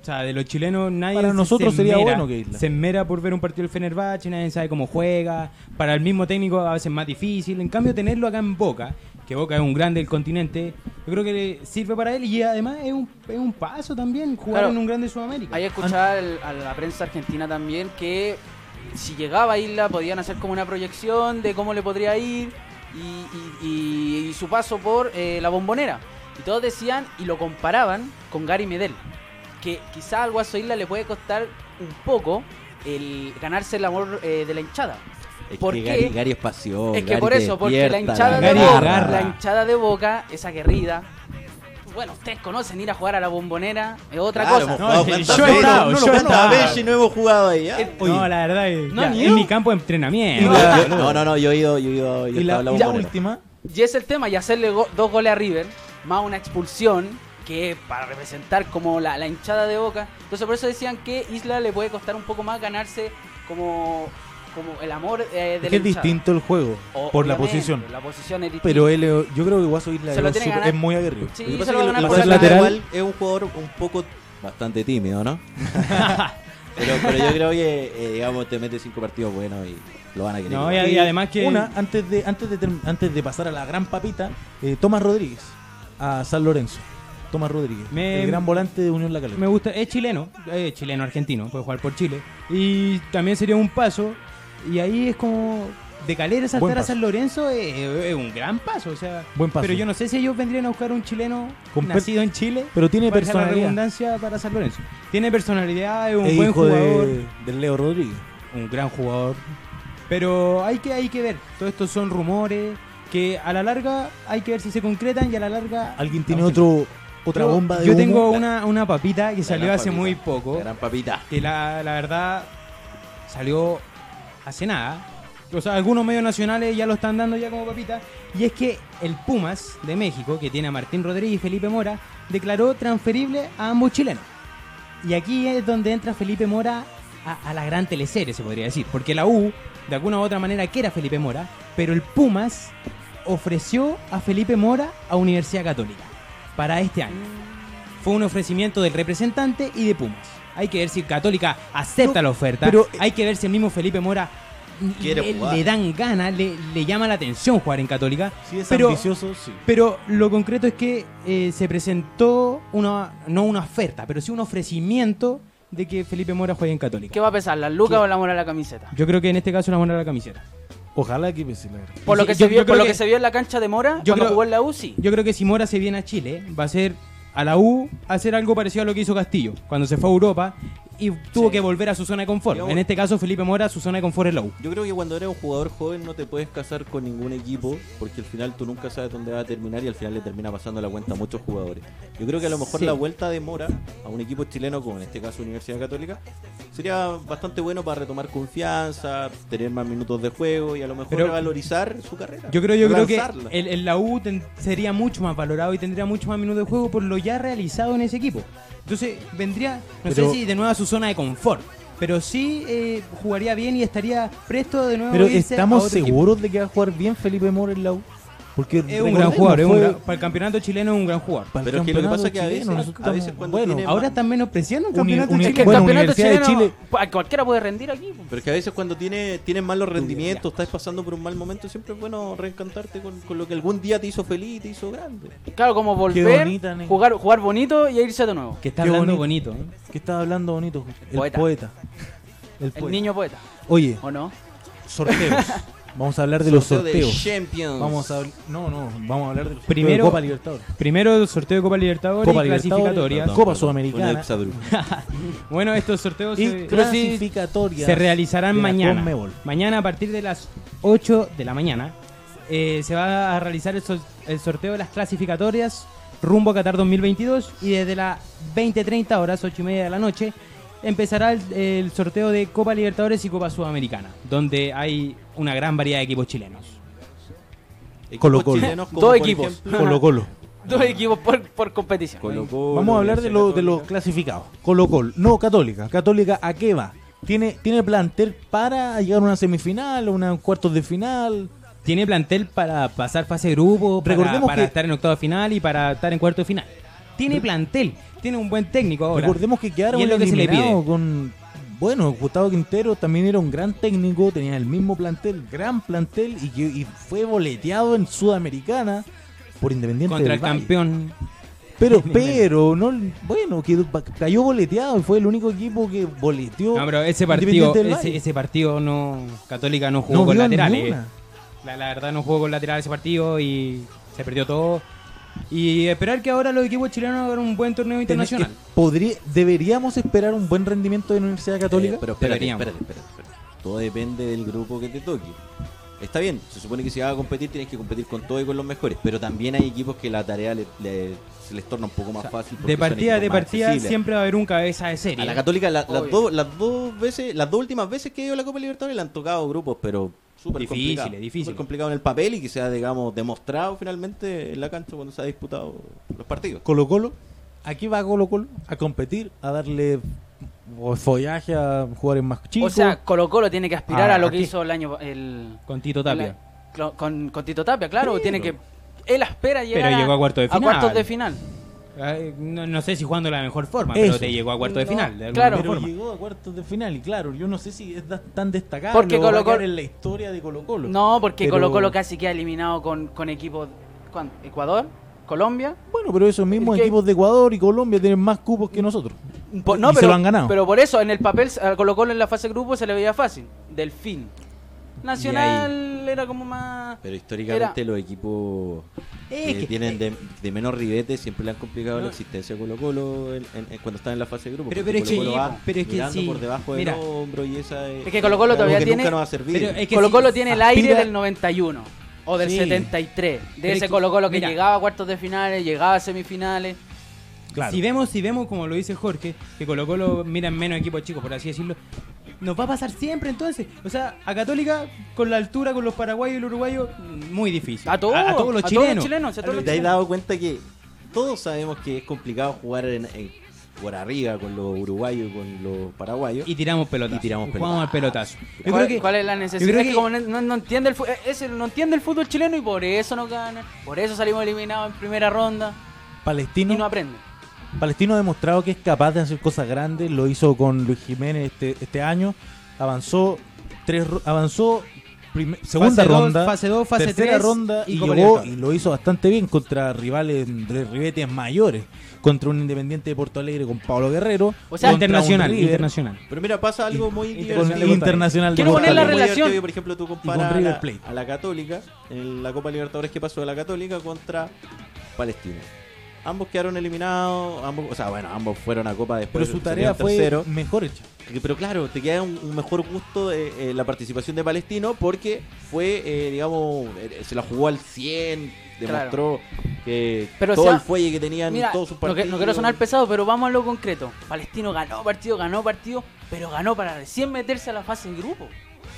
D: O sea, de los chilenos nadie
A: Para
D: se-
A: nosotros
D: se
A: sería
D: esmera-
A: bueno que Isla.
D: Se enmera por ver un partido del Fenerbahce, nadie sabe cómo juega. Para el mismo técnico a veces más difícil. En cambio, tenerlo acá en Boca, que Boca es un grande del continente, yo creo que le sirve para él y además es un, es un paso también jugar
B: Claro.
D: en un grande Sudamérica.
B: Hay escuchado a la prensa argentina también que si llegaba a Isla podían hacer como una proyección de cómo le podría ir y, y- y- y su paso por eh, la bombonera. Y todos decían y lo comparaban con Gary Medel, que quizá al Guaso Isla le puede costar un poco el ganarse el amor eh, de la hinchada.
C: Es
B: ¿Por
C: que
B: qué?
C: Gary, Gary es pasión.
B: Es que
C: Gary
B: por
C: te
B: eso, porque la
C: despierta,
B: hinchada, de
D: Gary
B: Boca,
D: agarra.
B: la hinchada de Boca es aguerrida. Bueno, ustedes conocen ir a jugar a la bombonera, es otra
C: Claro,
B: cosa.
C: pues, hemos
D: No,
C: jugado
D: es que
C: cuántas
D: yo he
C: veces,
D: estado,
C: no lo
D: yo he
C: cuántas
D: estado.
C: veces y no hemos jugado ahí. ¿ah?
D: no, la verdad es,
B: No,
D: ya,
B: ni
D: es
B: yo.
D: mi campo de entrenamiento.
C: No, yo- no, no, no, yo he ido, yo he ido, yo he
A: Y la,
C: estado en la
A: y la
C: bombonera.
A: última,
B: Y es el tema, y hacerle go- dos goles a River, más una expulsión, que para representar como la, la hinchada de Boca. Entonces por eso decían que Isla le puede costar un poco más ganarse como, como el amor eh, de
A: es
B: la
A: que es
B: hinchada.
A: distinto el juego
B: O-
A: por la
B: obviamente,
A: posición.
B: La posición es distinta.
A: Pero él, eh, yo creo que Guaso Isla
B: Se lo
A: es
B: tiene que
A: súper-
B: ganar.
A: es muy aguerrido.
B: Sí,
C: Lo que
B: se
C: pasa
B: lo va a
C: es que
B: ganar
C: lo-
B: por la
C: lo- lo-
A: lateral-
C: igual es un jugador un poco bastante tímido, ¿no? <laughs> Pero, pero yo creo que, eh, digamos, te metes cinco partidos buenos y lo van a querer.
D: No,
C: igual.
D: y, y además que.
A: Una, antes de, antes de, term- antes de pasar a la gran papita, eh, Tomás Rodríguez a San Lorenzo. Tomás Rodríguez,
D: Me-
A: el gran volante de Unión La Calera.
D: Me gusta, es chileno, es chileno argentino, puede jugar por Chile. Y también sería un paso. Y ahí es como de Calera
A: Buen
D: saltar a
A: paso.
D: San Lorenzo es, es un gran paso, o sea.
A: Buen paso.
D: Pero yo no sé si ellos vendrían a buscar un chileno
A: Con per-
D: nacido en Chile.
A: Pero tiene
D: valga la
A: personalidad.
D: redundancia para San Lorenzo. Tiene personalidad, es un
A: Es
D: buen
A: hijo
D: jugador,
A: de, del Leo Rodríguez.
D: un gran jugador. Pero hay que hay que ver, todo esto son rumores que a la larga hay que ver si se concretan y a la larga
A: ¿Alguien tiene
D: Vamos a-
A: otro, otra
D: Yo-
A: bomba de
D: Yo
A: humo?
D: tengo una, una papita que
C: La
D: salió
C: gran
D: hace
C: papita,
D: muy
C: la
D: poco.
C: Gran papita.
D: Que la, la verdad salió hace nada. O sea, algunos medios nacionales ya lo están dando ya como papita. Y es que el Pumas de México, que tiene a Martín Rodríguez y Felipe Mora, declaró transferible a ambos chilenos. Y aquí es donde entra Felipe Mora a, a la gran teleserie, se podría decir. Porque la U, de alguna u otra manera, que era Felipe Mora, pero el Pumas ofreció a Felipe Mora a Universidad Católica para este año. Fue un ofrecimiento del representante y de Pumas. Hay que ver si Católica acepta la oferta.
A: pero- eh,
D: hay que ver si el mismo Felipe Mora
C: Quiere
D: le,
C: jugar.
D: le dan ganas, le, le llama la atención jugar en Católica.
A: Si es
D: pero,
A: ambicioso, sí.
D: pero lo concreto es que eh, se presentó una, no una oferta, pero sí un ofrecimiento de que Felipe Mora juegue en Católica.
B: ¿Qué va a pesar, la lucas o la moral a la camiseta?
D: Yo creo que en este caso la moneda de la camiseta.
A: Ojalá que pese la verdad.
B: Por lo
D: Sí,
B: que,
D: yo-
B: se,
D: yo
B: vio, por
D: creo
B: lo
D: que-
B: que se vio en la cancha de Mora, cuando
D: Yo creo-
B: jugó en la UCI.
D: Yo creo que si Mora se viene a Chile, va a ser a la U a hacer algo parecido a lo que hizo Castillo cuando se fue a Europa y tuvo
C: Sí.
D: que volver a su zona de confort.
C: Yo-
D: En este caso, Felipe Mora, su zona de confort es la U.
C: Yo creo que cuando eres un jugador joven no te puedes casar con ningún equipo porque al final tú nunca sabes dónde va a terminar y al final le termina pasando la cuenta a muchos jugadores. Yo creo que a lo mejor
D: Sí.
C: la vuelta de Mora a un equipo chileno como en este caso Universidad Católica sería bastante bueno para retomar confianza, tener más minutos de juego y a lo mejor
D: Pero-
C: valorizar su carrera.
D: Yo creo, yo creo que
C: lanzarla.
D: el, el la U ten- sería mucho más valorado y tendría mucho más minutos de juego por lo ya realizado en ese equipo. Entonces vendría, no
A: Pero-
D: sé si de nuevo a su zona de confort, pero sí eh, jugaría bien y estaría presto de nuevo.
A: Pero
D: a irse a
A: estamos
D: otro equipo.
A: seguros de que va a jugar bien Felipe Mora en la U. Porque
D: Es un gran
A: recordemos,
D: jugador, es un
A: fue
D: gran- para el campeonato chileno es un gran jugador.
A: para el
C: Pero es que lo que pasa es que a
A: campeonato
C: veces-
A: chileno,
C: a
A: nosotros
C: veces
A: estamos-
C: cuando
A: bueno,
C: tiene-
D: Ahora están menospreciando el campeonato
A: uni-
B: es que
D: chileno.
B: el
A: bueno,
B: campeonato
A: Universidad de
B: chileno,
A: Chile-
B: pa- cualquiera puede rendir aquí. po.
C: Pero es que a veces cuando tiene, tienes malos rendimientos, estás pasando por un mal momento, siempre es bueno reencantarte con, con lo que algún día te hizo feliz, y te hizo grande.
B: Claro, como volver,
A: bonita, Nick.
B: jugar, jugar bonito y irse de nuevo.
D: Que está
A: Qué
D: hablando
A: bonito.
D: bonito. ¿eh?
A: ¿Qué estaba hablando bonito? El
B: Poeta.
A: poeta. El
B: El
A: poeta.
B: niño poeta,
A: Oye,
B: ¿o no?
A: sorteos. Vamos a hablar de los
C: Sorteo de
A: sorteos.
C: Champions.
A: Vamos a habl- no, no, vamos a hablar de los
D: Primero-
A: sorteos de Copa Libertadores.
D: Primero el sorteo de Copa Libertadores
A: Copa
D: y
A: Libertadores,
D: clasificatorias.
A: perdón. Copa
C: Perdón,
A: Sudamericana.
C: una Epsadru.
A: <laughs>
D: Bueno, estos sorteos
A: Y
D: se,
A: clasificatorias.
D: se realizarán
A: de la
D: mañana.
A: Conmebol.
D: Mañana a partir de las 8 de la mañana eh, se va a realizar el, sol- el sorteo de las clasificatorias rumbo a Qatar 2022 y desde las 20.30 horas, 8 y media de la noche, empezará el, el sorteo de Copa Libertadores y Copa Sudamericana, donde hay una gran variedad de equipos chilenos.
C: Equipos
A: Colo Colo.
C: chilenos como,
B: Dos
C: por
B: equipos.
C: ejemplo,
A: Colo Colo.
B: <laughs> Dos equipos por, por competición.
C: Colo Colo,
A: Vamos a hablar de,
C: Universidad
A: lo- de los
C: Católica.
A: clasificados. Colo Colo. No, Católica. Católica, ¿a qué va? ¿Tiene, tiene plantel para llegar a una semifinal, a una cuartos de final?
D: Tiene plantel para pasar fase de grupo, para,
A: Recordemos
D: para
A: que-
D: estar en octavo de final y para estar en cuarto de final. Tiene plantel, tiene un buen técnico ahora.
A: Recordemos que quedaron
D: Y es lo que se le pide.
A: eliminados con... Bueno, Gustavo Quintero también era un gran técnico, tenía el mismo plantel, gran plantel, y, que- y fue boleteado en Sudamericana por Independiente del
D: contra el
A: Valle.
D: campeón.
A: Pero, pero, no, bueno, quedó- cayó boleteado y fue el único equipo que boleteó.
D: No, pero ese partido,
A: Independiente del Valle.
D: ese, ese partido no. Católica no jugó
A: No
D: con
A: vio
D: laterales.
A: ninguna.
D: La, la verdad no jugó con laterales ese partido y se perdió todo. Y esperar que ahora los equipos chilenos hagan un buen torneo
A: Tenés que-
D: internacional.
A: podría- deberíamos esperar un buen rendimiento de la Universidad Católica.
C: Eh, pero espérate,
D: Deberíamos.
C: espérate, espérate, espérate. Todo depende del grupo que te toque. Está bien, se supone que si vas a competir tienes que competir con todo y con los mejores, pero también hay equipos que la tarea le- le- se les torna un poco más fácil. porque
D: De
C: son
D: partida,
C: equipos
D: de
C: más
D: partida
C: accesibles.
D: siempre va a haber un cabeza de
C: A
D: serie.
C: la Católica la- las,
B: Obvio.
C: dos, las dos veces, las dos últimas veces que dio la Copa Libertadores le han tocado grupos, pero súper
D: Difíciles,
C: complicado,
D: difíciles.
C: súper complicado en el papel y que se ha, digamos, demostrado finalmente en la cancha cuando se ha disputado los partidos.
A: Colo Colo, aquí va Colo Colo a competir, a darle follaje a jugadores más chicos.
B: O sea, Colo Colo tiene que aspirar
A: Ah,
B: a lo que
A: aquí.
B: hizo el año el
D: Con Tito Tapia.
B: la- clo- con, con Tito Tapia, claro, tiene que él espera llegar
D: Pero
B: a,
D: llegó a cuartos de final.
B: cuartos de final.
D: eh, no, no sé si jugando de la mejor forma,
A: Eso.
D: pero te llegó a cuarto de
B: No,
D: final. de alguna
B: claro.
A: Pero
D: forma.
A: llegó a cuartos de final y claro, yo no sé si es da- tan destacable
B: Porque
A: o va a
B: Colo-Colo-
A: quedar en la historia de Colo Colo.
B: No, porque
A: Pero-
B: Colo Colo casi queda eliminado con, con equipos. ¿cuán? ¿Ecuador? ¿Colombia?
A: Bueno, pero esos mismos
B: Es que-
A: equipos de Ecuador y Colombia tienen más cupos que nosotros.
B: Por-
A: Y
B: no,
A: se
B: pero,
A: lo han ganado.
B: Pero por eso, en el papel, a Colo Colo en la fase de grupo se le veía fácil. Delfín. Nacional era como más.
C: Pero históricamente los equipos
D: Es
C: que
D: Eh, que-
C: tienen de, de menos ribete siempre le han complicado
D: No.
C: la existencia a Colo Colo en- en- en- cuando están en la fase de grupo.
D: Pero-
C: porque
D: pero es que-
C: Colo-Colo va
D: pero es que
C: mirando
D: sí.
C: por debajo del
D: Mira.
C: hombro y esa es,
B: Es que Colo-Colo
C: algo
B: todavía
C: que
B: tiene-
C: nunca nos va a servir.
D: Pero es que
B: Colo
D: sí,
B: Colo tiene el aire
A: aspira-
B: del 91 o del
A: Sí.
B: 73. De
D: Pero es
B: ese
D: que-
B: Colo Colo que
D: mira.
B: llegaba a cuartos de finales, llegaba a semifinales.
A: Claro.
D: Si vemos, si vemos, como lo dice Jorge, que Colo Colo miran menos equipos chicos, por así decirlo, nos va a pasar siempre entonces. O sea, a Católica, con la altura, con los paraguayos y los uruguayos, muy difícil.
B: A todos,
D: a todos los chilenos.
B: a todos los
C: ¿Te has
B: chilenos.
C: dado cuenta que todos sabemos que es complicado jugar en- en- por arriba con los uruguayos y con los paraguayos?
D: Y tiramos pelotazo.
C: Y tiramos
D: Jugamos al pelotazo. Yo
B: ¿Cuál,
D: creo que-
B: cuál es la necesidad?
D: creo
B: Es que
D: que-
B: como no, no- no entiende el, fu- eh, ese no entiende el fútbol chileno y por eso no gana. Por eso salimos eliminados en primera ronda
A: Palestino,
B: y no aprende.
A: Palestino ha demostrado que es capaz de hacer cosas grandes, lo hizo con Luis Jiménez este, este año, avanzó tres ro- avanzó prim- segunda
D: dos,
A: ronda,
D: fase dos, fase
A: tercera
D: tres
A: ronda
D: y
A: y,
D: Copa
A: llegó y
D: Libertadores.
A: lo hizo bastante bien contra rivales de ribetes mayores, contra un Independiente de Porto Alegre con Pablo Guerrero,
B: O
A: contra
B: sea,
A: un
D: internacional,
A: River,
D: internacional.
C: Pero mira, pasa algo muy
A: con
C: divertido.
A: el internacional de
B: Quiero
A: Porto
B: poner la
A: Alegre.
B: relación.
C: Yo, por ejemplo, tú comparas
A: River
C: a la-
A: Plate.
C: a, la Católica, en la Copa Libertadores que pasó de la Católica contra Palestina. Ambos quedaron eliminados, ambos, o sea, bueno, ambos fueron a Copa después.
A: pero su tarea
C: salieron
A: fue
C: tercero.
A: mejor hecha.
C: Que- Pero claro, te queda un, un mejor gusto de eh, la participación de Palestino porque fue, eh, digamos, eh, se la jugó al 100, demostró que
B: Pero, o
C: todo
B: sea,
C: el fuelle que tenían
B: Mira,
C: todos sus
B: no, que-
C: partidos.
B: no quiero sonar pesado, pero vamos a lo concreto. Palestino ganó partido, ganó partido, pero ganó para recién meterse a la fase de grupo.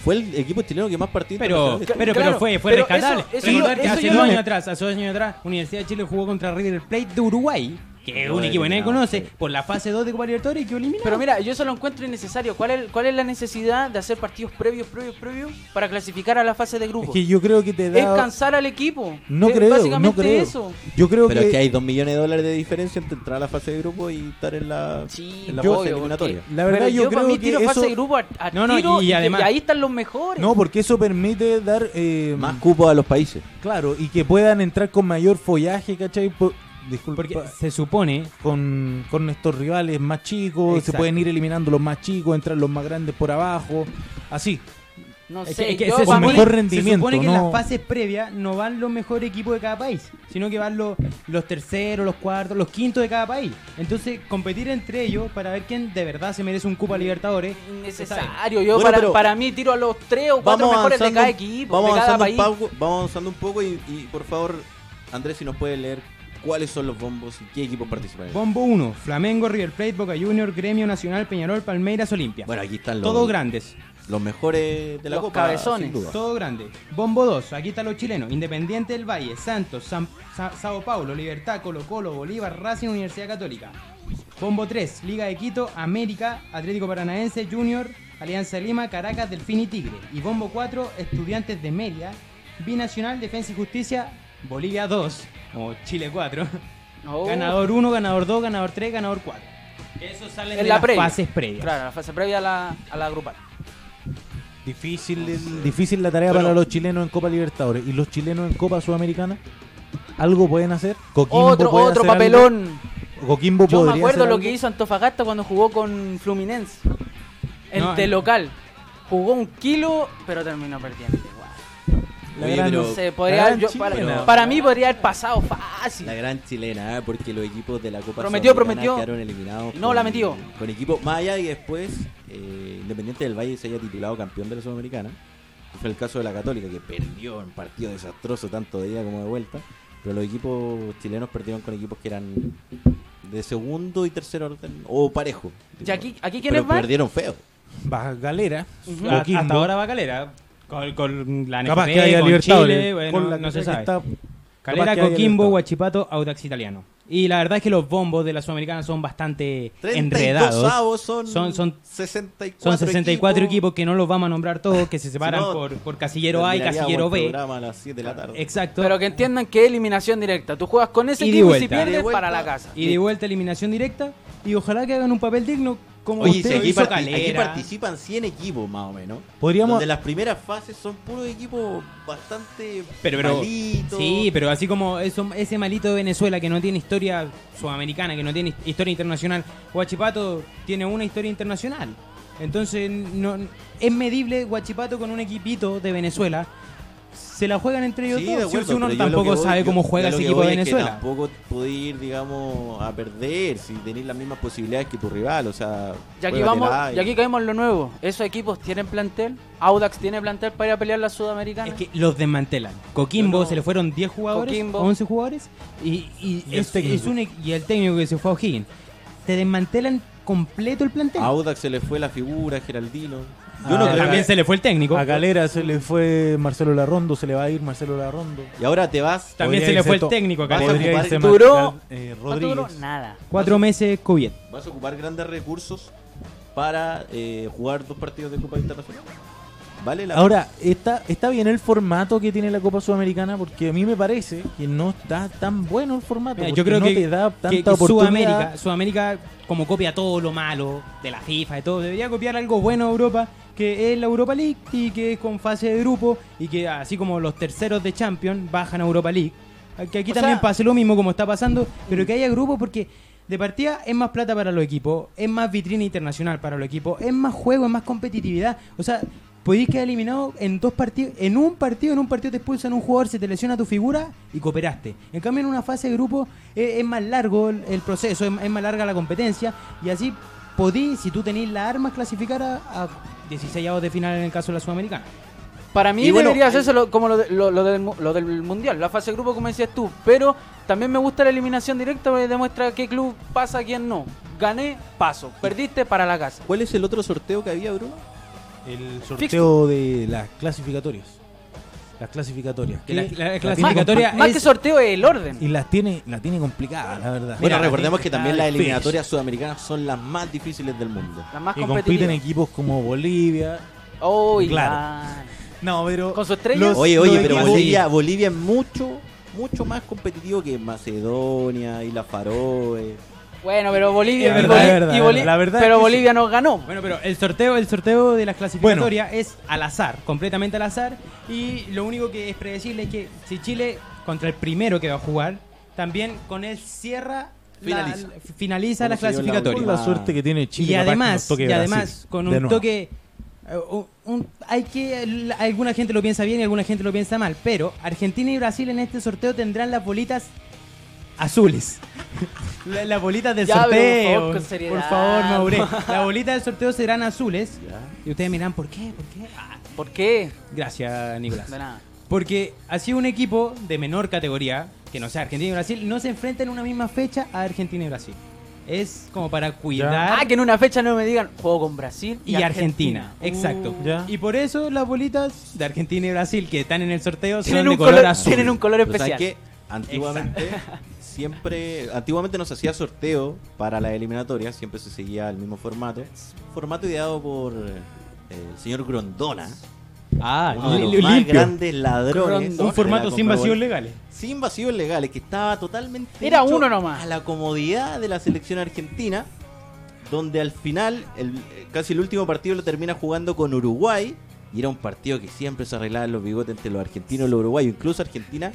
C: Fue el equipo chileno que más partidos
D: Pero,
C: internacionales
D: pero, pero
B: claro,
D: fue, fue
B: pero
D: rescatable.
B: eso- eso
D: Recordar
B: yo-
D: que
B: eso
D: hace
B: yo
D: dos
B: lo-
D: años atrás, hace dos años atrás, Universidad de Chile jugó contra River Plate de Uruguay, que es
C: Lo
D: un equipo que nadie
C: eliminaron,
D: conoce,
C: sí.
D: por la fase 2 de Copa Libertadores y quedó eliminado.
B: Pero mira, yo eso lo encuentro innecesario. ¿Cuál es, ¿Cuál es la necesidad de hacer partidos previos, previos, previos para clasificar a la fase de
A: Es
B: grupo?
A: que yo creo que te
B: Es
A: da
B: cansar al equipo.
A: no
B: Es
A: creo, no
B: básicamente
A: creo.
B: eso.
A: Yo creo
C: Pero
A: que,
C: es que hay 2 millones de dólares de diferencia entre entrar a la fase de grupo y estar en la,
B: Sí,
C: en la
B: obvio,
C: fase eliminatoria.
B: porque-
A: La verdad,
B: pero
A: yo
B: para
A: creo
B: mí
A: que
B: tiro fase
A: eso-
B: de grupo a, a
D: No, no,
B: tiro
D: y
B: que
D: además-
B: ahí están los mejores.
A: no, porque eso permite dar eh,
C: Más cupos a los países.
A: Claro, y que puedan entrar con mayor follaje, ¿cachai? Por- disculpa.
D: Porque se supone
A: con, con estos rivales más chicos, se
D: Exacto.
A: pueden ir eliminando los más chicos, entrar los más grandes por abajo, así.
B: No
D: Es
B: sé,
D: que- es que
B: yo
D: se
B: para mí-
A: mejor re-
D: Se
A: rendimiento,
D: supone que
A: ¿no?
D: en las fases previas no van los mejores equipos de cada país, sino que van los, los terceros, los cuartos, los quintos de cada país. Entonces, competir entre ellos para ver quién de verdad se merece un cupo a Libertadores. está
B: necesario. Yo
C: Bueno,
B: para,
C: pero-
B: para mí tiro a los tres o cuatro mejores de cada equipo,
C: vamos
B: de cada
C: avanzando
B: país.
C: un poco- vamos avanzando un poco y, y, por favor, Andrés, si nos puede leer cuáles son los bombos y qué equipos participan.
D: bien. Bombo 1, Flamengo, River Plate, Boca Juniors, Gremio Nacional, Peñarol, Palmeiras, Olimpia.
C: Bueno, aquí están los,
D: todos grandes,
C: los mejores de la
B: Los
C: Copa.
B: cabezones.
C: sin duda.
D: todos grandes. Bombo 2, aquí están los chilenos, Independiente del Valle, Santos, San- Sa- Sao Paulo, Libertad, Colo Colo, Bolívar, Racing, Universidad Católica. Bombo 3, Liga de Quito, América, Atlético Paranaense, Junior, Alianza de Lima, Caracas, Delfín y Tigre. Y Bombo 4, Estudiantes de Media, Binacional, Defensa y Justicia, Bolivia 2, o Chile 4.
B: No.
D: Ganador 1, ganador 2, ganador 3, ganador 4. Eso sale
B: En
D: de
B: la
D: las
B: previa.
D: fases previas.
B: Claro, la fase previa a la, a la grupal.
A: Difícil, el- difícil la tarea para los chilenos en Copa Libertadores. ¿Y los chilenos en Copa Sudamericana? ¿Algo pueden hacer? Coquimbo
B: Otro,
A: puede
B: otro
A: hacer algo.
B: papelón.
A: Coquimbo
B: Yo me
A: podría
B: acuerdo
A: hacer
B: lo
A: algo.
B: que hizo Antofagasta cuando jugó con Fluminense. El
D: No,
B: de
D: eh.
B: local. Jugó un kilo, pero terminó perdiendo. igual.
A: La
C: Oye,
A: gran-
C: pero-
B: No sé,
A: la
B: podría-
A: gran
B: yo-
A: chilena.
B: para, para mí podría haber pasado fácil.
C: La gran chilena, ¿eh? porque los equipos de la Copa
B: Prometió,
C: Sudamericana
B: prometió.
C: quedaron eliminados.
B: No la metió.
C: Con equipo Maya y después eh, Independiente del Valle se haya titulado campeón de la Sudamericana. Que Fue el caso de la Católica que perdió en partido desastroso tanto de ida como de vuelta. Pero los equipos chilenos perdieron con equipos que eran de segundo y tercer orden o parejo.
B: ¿Y aquí- aquí quiénes
C: Pero
B: van?
C: perdieron feo.
A: Va Galera,
B: Ujú.
D: A-
A: Coquimbo.
D: Hasta ahora va Calera. Con, con la NFP,
A: Capaz que haya
D: con
A: Libertadores.
D: Chile, bueno,
A: con la
D: no
A: cosa
D: se
A: que
D: sabe.
A: está- capaz
D: Calera,
A: que haya
D: Coquimbo,
A: Libertadores.
D: Huachipato, Audax Italiano. Y la verdad es que los bombos de la Sudamericana son bastante
C: 32
D: enredados.
C: avos son,
D: Son- son-
C: 64,
D: Son 64 equipos. que no los vamos a nombrar todos, que se separan
C: no,
D: por, por casillero A y
C: Terminaríamos
D: casillero
C: el
D: B.
C: programa a las 7 de la tarde.
D: Exacto.
B: Pero que entiendan que es eliminación directa. Tú juegas con ese
D: Ida y
B: equipo y si
D: vuelta.
B: pierdes,
C: Ida y vuelta.
B: para la casa.
D: y de vuelta eliminación directa. Y ojalá que hagan un papel digno como
C: Oye,
D: usted
C: si
D: lo
C: aquí,
D: hizo
C: parti- aquí
D: Calera.
C: participan 100 equipos más o menos.
A: Podríamos-
C: Donde las primeras fases son puros equipos bastante
D: Pero, pero-
C: malitos.
D: Sí, pero así como eso- ese malito de Venezuela que no tiene historia sudamericana, que no tiene historia internacional, Guachipato tiene una historia internacional. Entonces, no, es medible Guachipato con un equipito de Venezuela. Se la juegan entre ellos
C: Sí,
D: dos.
C: de
D: si-
C: acuerdo,
D: si uno
C: pero yo
D: tampoco
C: lo que voy-
D: sabe
C: yo-
D: cómo
C: yo
D: juega
C: lo
D: ese
C: que
D: equipo
C: voy
D: de
C: es que
D: Venezuela.
C: tampoco podéis ir, digamos, a perder si tenéis las mismas posibilidades que tu rival. O sea,
B: Y aquí,
C: juégatela
B: vamos,
C: y-
B: y aquí caemos en lo nuevo. Esos equipos tienen plantel. Audax tiene plantel para ir a pelear la Sudamericana.
D: Es que los desmantelan. Coquimbo
B: Yo no-
D: se le fueron 10 jugadores,
B: Coquimbo.
D: 11 jugadores, y, y
A: Y el
D: es-
A: técnico.
D: es un e- y el técnico que se fue a O'Higgins. Te desmantelan completo el plantel.
C: A Audax se le fue la figura, Geraldino.
A: Ah,
C: Yo no creo
D: también
C: que-
D: se le fue el técnico.
A: A Calera se le fue Marcelo Larrondo, se le va a ir Marcelo Larrondo.
C: Y ahora te vas.
D: También se le fue el técnico a Calera.
A: Podría irse
C: Vas a
B: Duró-
A: Marcial, eh,
B: ¿Cuánto duró?
A: Rodríguez.
B: Nada.
D: Cuatro meses COVID.
C: Vas a ocupar grandes recursos para eh, jugar dos partidos de Copa Internacional. ¿Vale? La
A: Ahora, está, está bien el formato que tiene la Copa Sudamericana porque a mí me parece que no está tan bueno el formato.
D: Mira,
A: porque
D: Eh, yo creo
A: no
D: que,
A: te da
D: que-
A: tanta
D: que
A: oportunidad.
D: Sudamérica, Sudamérica, como copia todo lo malo de la FIFA y todo, debería copiar algo bueno a Europa, que es la Europa League y que es con fase de grupo y que así como los terceros de Champions bajan a Europa League. Que aquí
B: O
D: también
B: sea-
D: pase lo mismo como está pasando, pero que haya grupos porque de partida es más plata para los equipos, es más vitrina internacional para los equipos, es más juego, es más competitividad. O sea, podéis quedar eliminado en dos partidos, en un partido, en un partido te expulsan un jugador, se te lesiona tu figura y cooperaste. En cambio, en una fase de grupo eh, es, es más largo el, el proceso, es, es más larga la competencia y así podí, si tú tenés las armas, clasificar a, a 16 avos de final en el caso de la Sudamericana.
B: Para mí
C: Y bueno,
B: debería
C: el-
B: hacerse lo- como lo, de- lo- lo del, mu- lo del Mundial, la fase de grupo como decías tú. Pero también me gusta la eliminación directa porque demuestra qué club pasa, quién no. Gané, paso. Perdiste, para la casa.
C: ¿Cuál es el otro sorteo que había, Bruno?
A: El sorteo de las clasificatorias. Las clasificatorias.
D: Que la-
A: Que
D: la
A: tiene-
D: clasificatoria-
B: Más, más
D: es-
B: que sorteo es el orden.
A: Y las tiene, la tiene complicada, la verdad.
C: Bueno,
D: Mira,
C: recordemos
D: la
C: que
D: lista
C: también
D: está
C: las eliminatorias sudamericanas son las más difíciles del mundo.
B: La más
A: que compiten
B: competitiva.
A: equipos como Bolivia.
B: Oh, y
A: Claro.
B: la-
A: No, pero.
B: Con su estrella.
A: los-
C: Oye, oye,
A: los
C: pero
A: equipos-
C: Bolivia, Bolivia es mucho, mucho más competitivo que Macedonia y la Faroe.
B: Bueno, pero Bolivia.
A: Es
B: y
A: verdad,
B: Boli-
A: es verdad,
B: y
A: es
B: Boli-
A: verdad. La verdad
B: pero
A: es que
B: Bolivia nos ganó.
D: Bueno, pero el sorteo, el sorteo de las clasificatorias es al azar, completamente al azar. Y lo único que es predecible es que si Chile contra el primero que va a jugar, también con él cierra la-
C: Finaliza.
D: la- finaliza
C: Como
D: la
C: se dio la
D: clasificatoria.
A: Con la suerte que tiene Chile.
D: y
A: capaz que nos
D: además,
A: toque
D: y
A: Brasil,
D: además con
A: de
D: un
A: nuevo.
D: toque eh, un- un- hay que l- alguna gente lo piensa bien y alguna gente lo piensa mal, pero Argentina y Brasil en este sorteo tendrán las bolitas azules. <laughs> La- las bolitas del
B: Ya, pero por
D: sorteo.
B: favor, con seriedad.
D: favor,
B: <laughs>
D: Maure. Las bolitas del sorteo serán azules.
C: Ya.
D: Y ustedes miran, ¿por qué? ¿Por qué? Ah,
B: ¿Por qué?
D: Gracias, Nicolás.
B: De nada.
D: Porque así un equipo de menor categoría, que no sea Argentina y Brasil, no se enfrenta en una misma fecha a Argentina y Brasil. Es como para cuidar
B: Ah, que en una fecha no me digan juego con Brasil
D: y Argentina. Exacto.
B: Uh,
A: Ya.
D: Y por eso las bolitas de Argentina y Brasil que están en el sorteo son
B: Tienen
D: de
B: un
D: color,
B: color,
D: azul.
C: <laughs>
B: tienen un color
C: Pero ¿sabes
B: especial.
C: qué? Pues Antiguamente,
B: <laughs>
C: siempre, antiguamente nos hacía sorteo para las eliminatorias, siempre se seguía el mismo formato. Formato ideado por eh, el señor Grondona,
D: Ah,
C: uno de los
D: li-
C: más
D: limpio.
C: grandes ladrones. de la
D: Un formato sin
C: Conmebol.
D: vacíos legales.
C: sin vacíos legales, que estaba totalmente
B: Era
C: hecho
B: uno nomás.
C: a la comodidad de la selección argentina, donde al final el, eh, casi el último partido lo termina jugando con Uruguay y era un partido que siempre se arreglaban los bigotes entre los argentinos y los uruguayos, incluso Argentina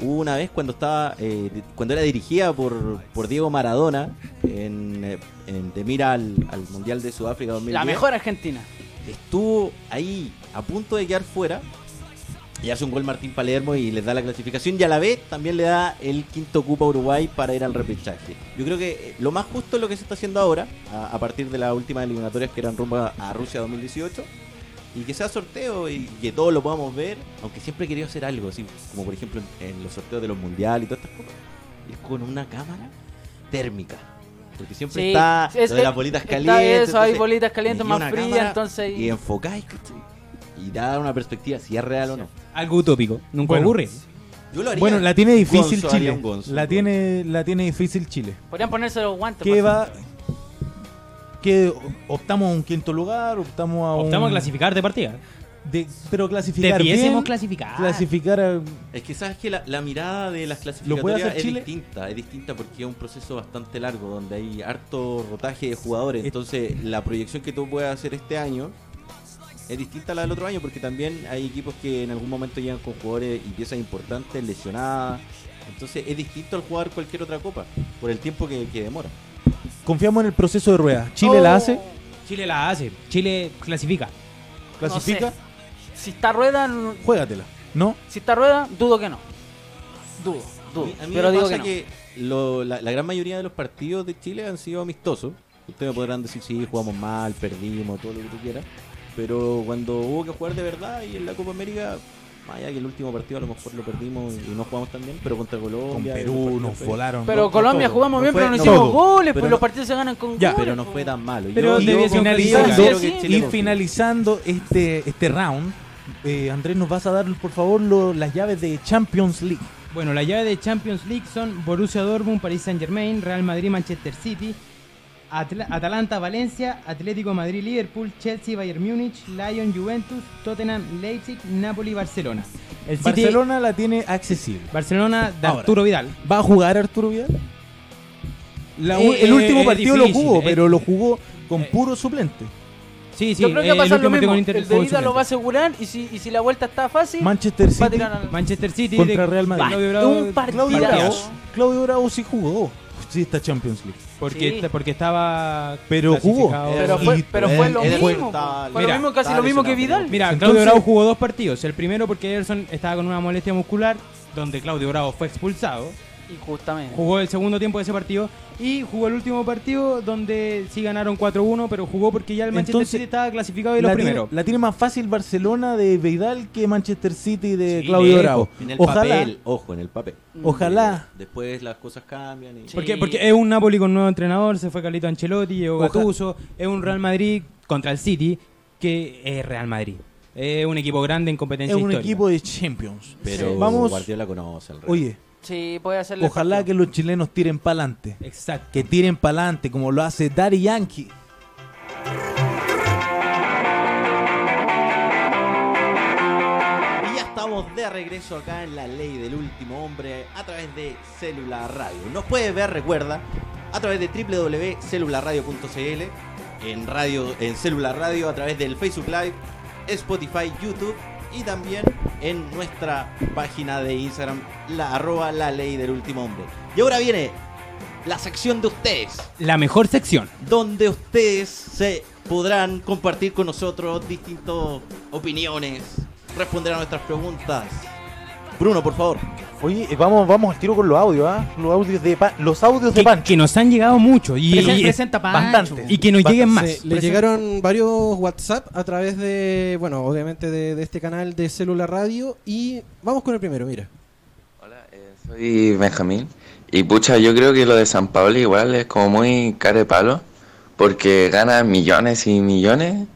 C: hubo una vez cuando estaba eh, di- cuando era dirigida por, por Diego Maradona en, eh, en- de mira al, al mundial de Sudáfrica 2010
B: La mejor Argentina.
C: estuvo ahí a punto de quedar fuera. Y hace un gol Martín Palermo y les da la clasificación. Y a la vez también le da el quinto cupo a Uruguay para ir al repechaje. Yo creo que eh, lo más justo es lo que se está haciendo ahora, a, a partir de las últimas eliminatorias que eran rumbo a, a Rusia 2018. Y que sea sorteo y que todos lo podamos ver. Aunque siempre he querido hacer algo, así como por ejemplo en, en los sorteos de los mundiales y todas estas cosas. Ir con una cámara térmica. Porque siempre
B: Sí,
C: está
B: es-
C: lo de las
B: es-
C: bolitas
B: está
C: calientes.
B: eso, hay
C: entonces,
B: bolitas calientes
C: y
B: más
C: una
B: frías,
C: cámara
B: entonces-
C: Y enfocáis, ¿cachai? Y da una perspectiva si es real o no.
D: Algo utópico. Nunca
A: Bueno.
D: ocurre.
C: Yo lo haría.
A: Bueno, la tiene difícil
C: Gonzo, haría
A: Chile.
C: un Gonzo.
A: la, tiene, la tiene difícil Chile.
B: Podrían ponerse los guantes.
A: ¿Qué
B: por
A: va?
B: ejemplo.
A: ¿Qué optamos a un quinto lugar? ¿Optamos a un-
F: Optamos a clasificar de partida.
A: de- pero clasificar bien.
F: Debiésemos
D: Ah.
F: clasificar.
A: clasificar a-
C: Es que sabes que la, la mirada de las
A: ¿Lo puede
C: clasificatorias
A: hacer
C: es
A: Chile?
C: distinta, es distinta porque es un proceso bastante largo donde hay harto rotaje de jugadores.
A: Es-
C: Entonces, la proyección que tú puedas hacer este año es distinta a la del otro año porque también hay equipos que en algún momento llegan con jugadores y piezas importantes, lesionadas. Entonces, es distinto al jugar cualquier otra copa por el tiempo que, que demora.
A: Confiamos en el proceso de rueda.
B: Oh.
A: Chile la hace,
F: Chile la hace. Chile clasifica.
A: clasifica,
B: No sé. Si está rueda, n-
A: juégatela. ¿No?
B: si está rueda, dudo que no. Dudo,
C: A
B: dudo.
C: mí- a mí
B: pero
C: me
B: digo
C: pasa
B: que,
C: que, lo- la, la gran mayoría de los partidos de Chile han sido amistosos. Ustedes me podrán decir, sí, jugamos mal, perdimos, todo lo que tú quieras. Pero cuando hubo que jugar de verdad y en la Copa América, más allá que el último partido a lo mejor lo perdimos y no jugamos tan bien, pero contra
A: Con
C: Colombia.
A: Perú
C: contra-
A: nos
C: fue-
A: volaron.
B: no. Pero
A: No, no
B: Colombia
A: todo.
B: jugamos
C: No
B: bien,
C: fue-
B: pero no
C: no
B: hicimos
A: todo.
B: goles,
C: Pero
B: pues
C: no-
B: los partidos se ganan con
A: Ya,
B: goles.
C: Pero no
B: pues.
C: fue tan malo.
A: Pero Ah,
C: yo,
A: debe
C: yo confío,
A: finalizando
C: creo que
B: sí,
C: Chile
A: Y
C: confía.
A: finalizando este, este round, eh, Andrés, ¿nos vas a dar, por favor, lo- las llaves de Champions League?
D: Bueno, la llave de Champions League son Borussia Dortmund, Paris Saint-Germain, Real Madrid, Manchester City, Atla- Atalanta, Valencia, Atlético de Madrid, Liverpool, Chelsea, Bayern Múnich, Lyon, Juventus, Tottenham, Leipzig, Napoli, Barcelona. El City-
A: Barcelona la tiene accesible.
D: Barcelona de
A: Ahora.
D: Arturo Vidal.
A: ¿Va a jugar Arturo Vidal? La u-
D: Eh,
A: el
D: eh,
A: último
D: es
A: partido
D: difícil,
A: lo jugó,
D: eh.
A: pero lo jugó con puro suplente.
D: Sí, sí,
B: Yo creo que
D: eh,
B: va a
D: el
B: pasar lo
D: último partido
B: mismo.
D: con Inter
B: el
D: fue
B: de
D: un
B: ida lo
D: suplente.
B: va a asegurar y si, y si la vuelta está fácil,
A: Manchester
B: va a
A: City
B: tirar al...
D: Manchester City
A: Contra
D: de-
A: Real Madrid.
D: Claudio Bravo-
B: un partidazo.
A: Claudio Bravo,
D: Partidazo.
A: Claudio Bravo sí jugó. Sí, esta Champions League.
D: Porque,
B: Sí.
D: porque estaba
A: Pero jugó.
D: clasificado.
B: Pero
A: Y-
B: fue, pero fue lo
A: Eder-
B: mismo.
C: fue-
B: pues. Fue lo
D: Mira,
B: mismo, casi
C: está
B: lo mismo que
C: lesionado,
B: Vidal.
D: Mira,
A: Entonces-
D: Claudio Bravo jugó dos partidos. El primero porque Ederson estaba con una molestia muscular, donde Claudio Bravo fue expulsado.
B: Injustamente.
D: Jugó el segundo tiempo de ese partido. Y jugó el último partido donde sí ganaron 4-1, pero jugó porque ya el Manchester
A: Entonces,
D: City estaba clasificado de los
A: La tiene,
D: primeros.
A: la tiene más fácil Barcelona de Vidal que Manchester City de
D: Sí,
A: Claudio
D: lejos.
A: Bravo.
C: eh, En el
A: Ojalá,
C: papel, ojo, en el papel.
A: ojalá
C: Después las cosas cambian. y-
B: Sí.
D: Porque, porque es un Napoli con nuevo entrenador, se fue Carlito Ancelotti, llegó
A: Oja-
D: Gattuso, es un Real Madrid contra el City, que es Real Madrid. Es un equipo grande en competencia
A: es un
D: histórica.
A: equipo de Champions.
C: Pero
A: Vamos,
C: Guardiola conoce al Real.
A: oye,
B: Sí, puede hacerle. el
A: ojalá
B: partido.
A: que los chilenos tiren pa'lante.
D: Exacto.
A: Que tiren pa'lante como lo hace Daddy Yankee.
C: Y ya estamos de regreso acá en la ley del último hombre a través de Célula Radio. Nos puedes ver, recuerda, a través de www.celularadio.cl, en radio, en Célula Radio, a través del Facebook Live, Spotify, YouTube y también en nuestra página de Instagram, la arroba la ley del último hombre. Y ahora viene la sección de ustedes
D: La mejor sección.
C: donde ustedes se podrán compartir con nosotros distintas opiniones, responder a nuestras preguntas. Bruno, por favor.
A: Oye, eh, vamos, vamos al tiro con los audios, ¿ah? Los audios de Pa- los audios de
D: Que,
A: Pancho.
D: que nos han llegado mucho y,
F: Presen-
D: y-
F: presenta Pancho.
A: Bastante.
D: y que nos lleguen más.
G: Se- le llegaron varios WhatsApp a través de, bueno, obviamente de, de este canal de Célula Radio. Y vamos con el primero, mira.
H: Hola, eh, soy Benjamín. Y pucha, yo creo que lo de San Pablo igual es como muy cara de palo, porque gana millones y millones.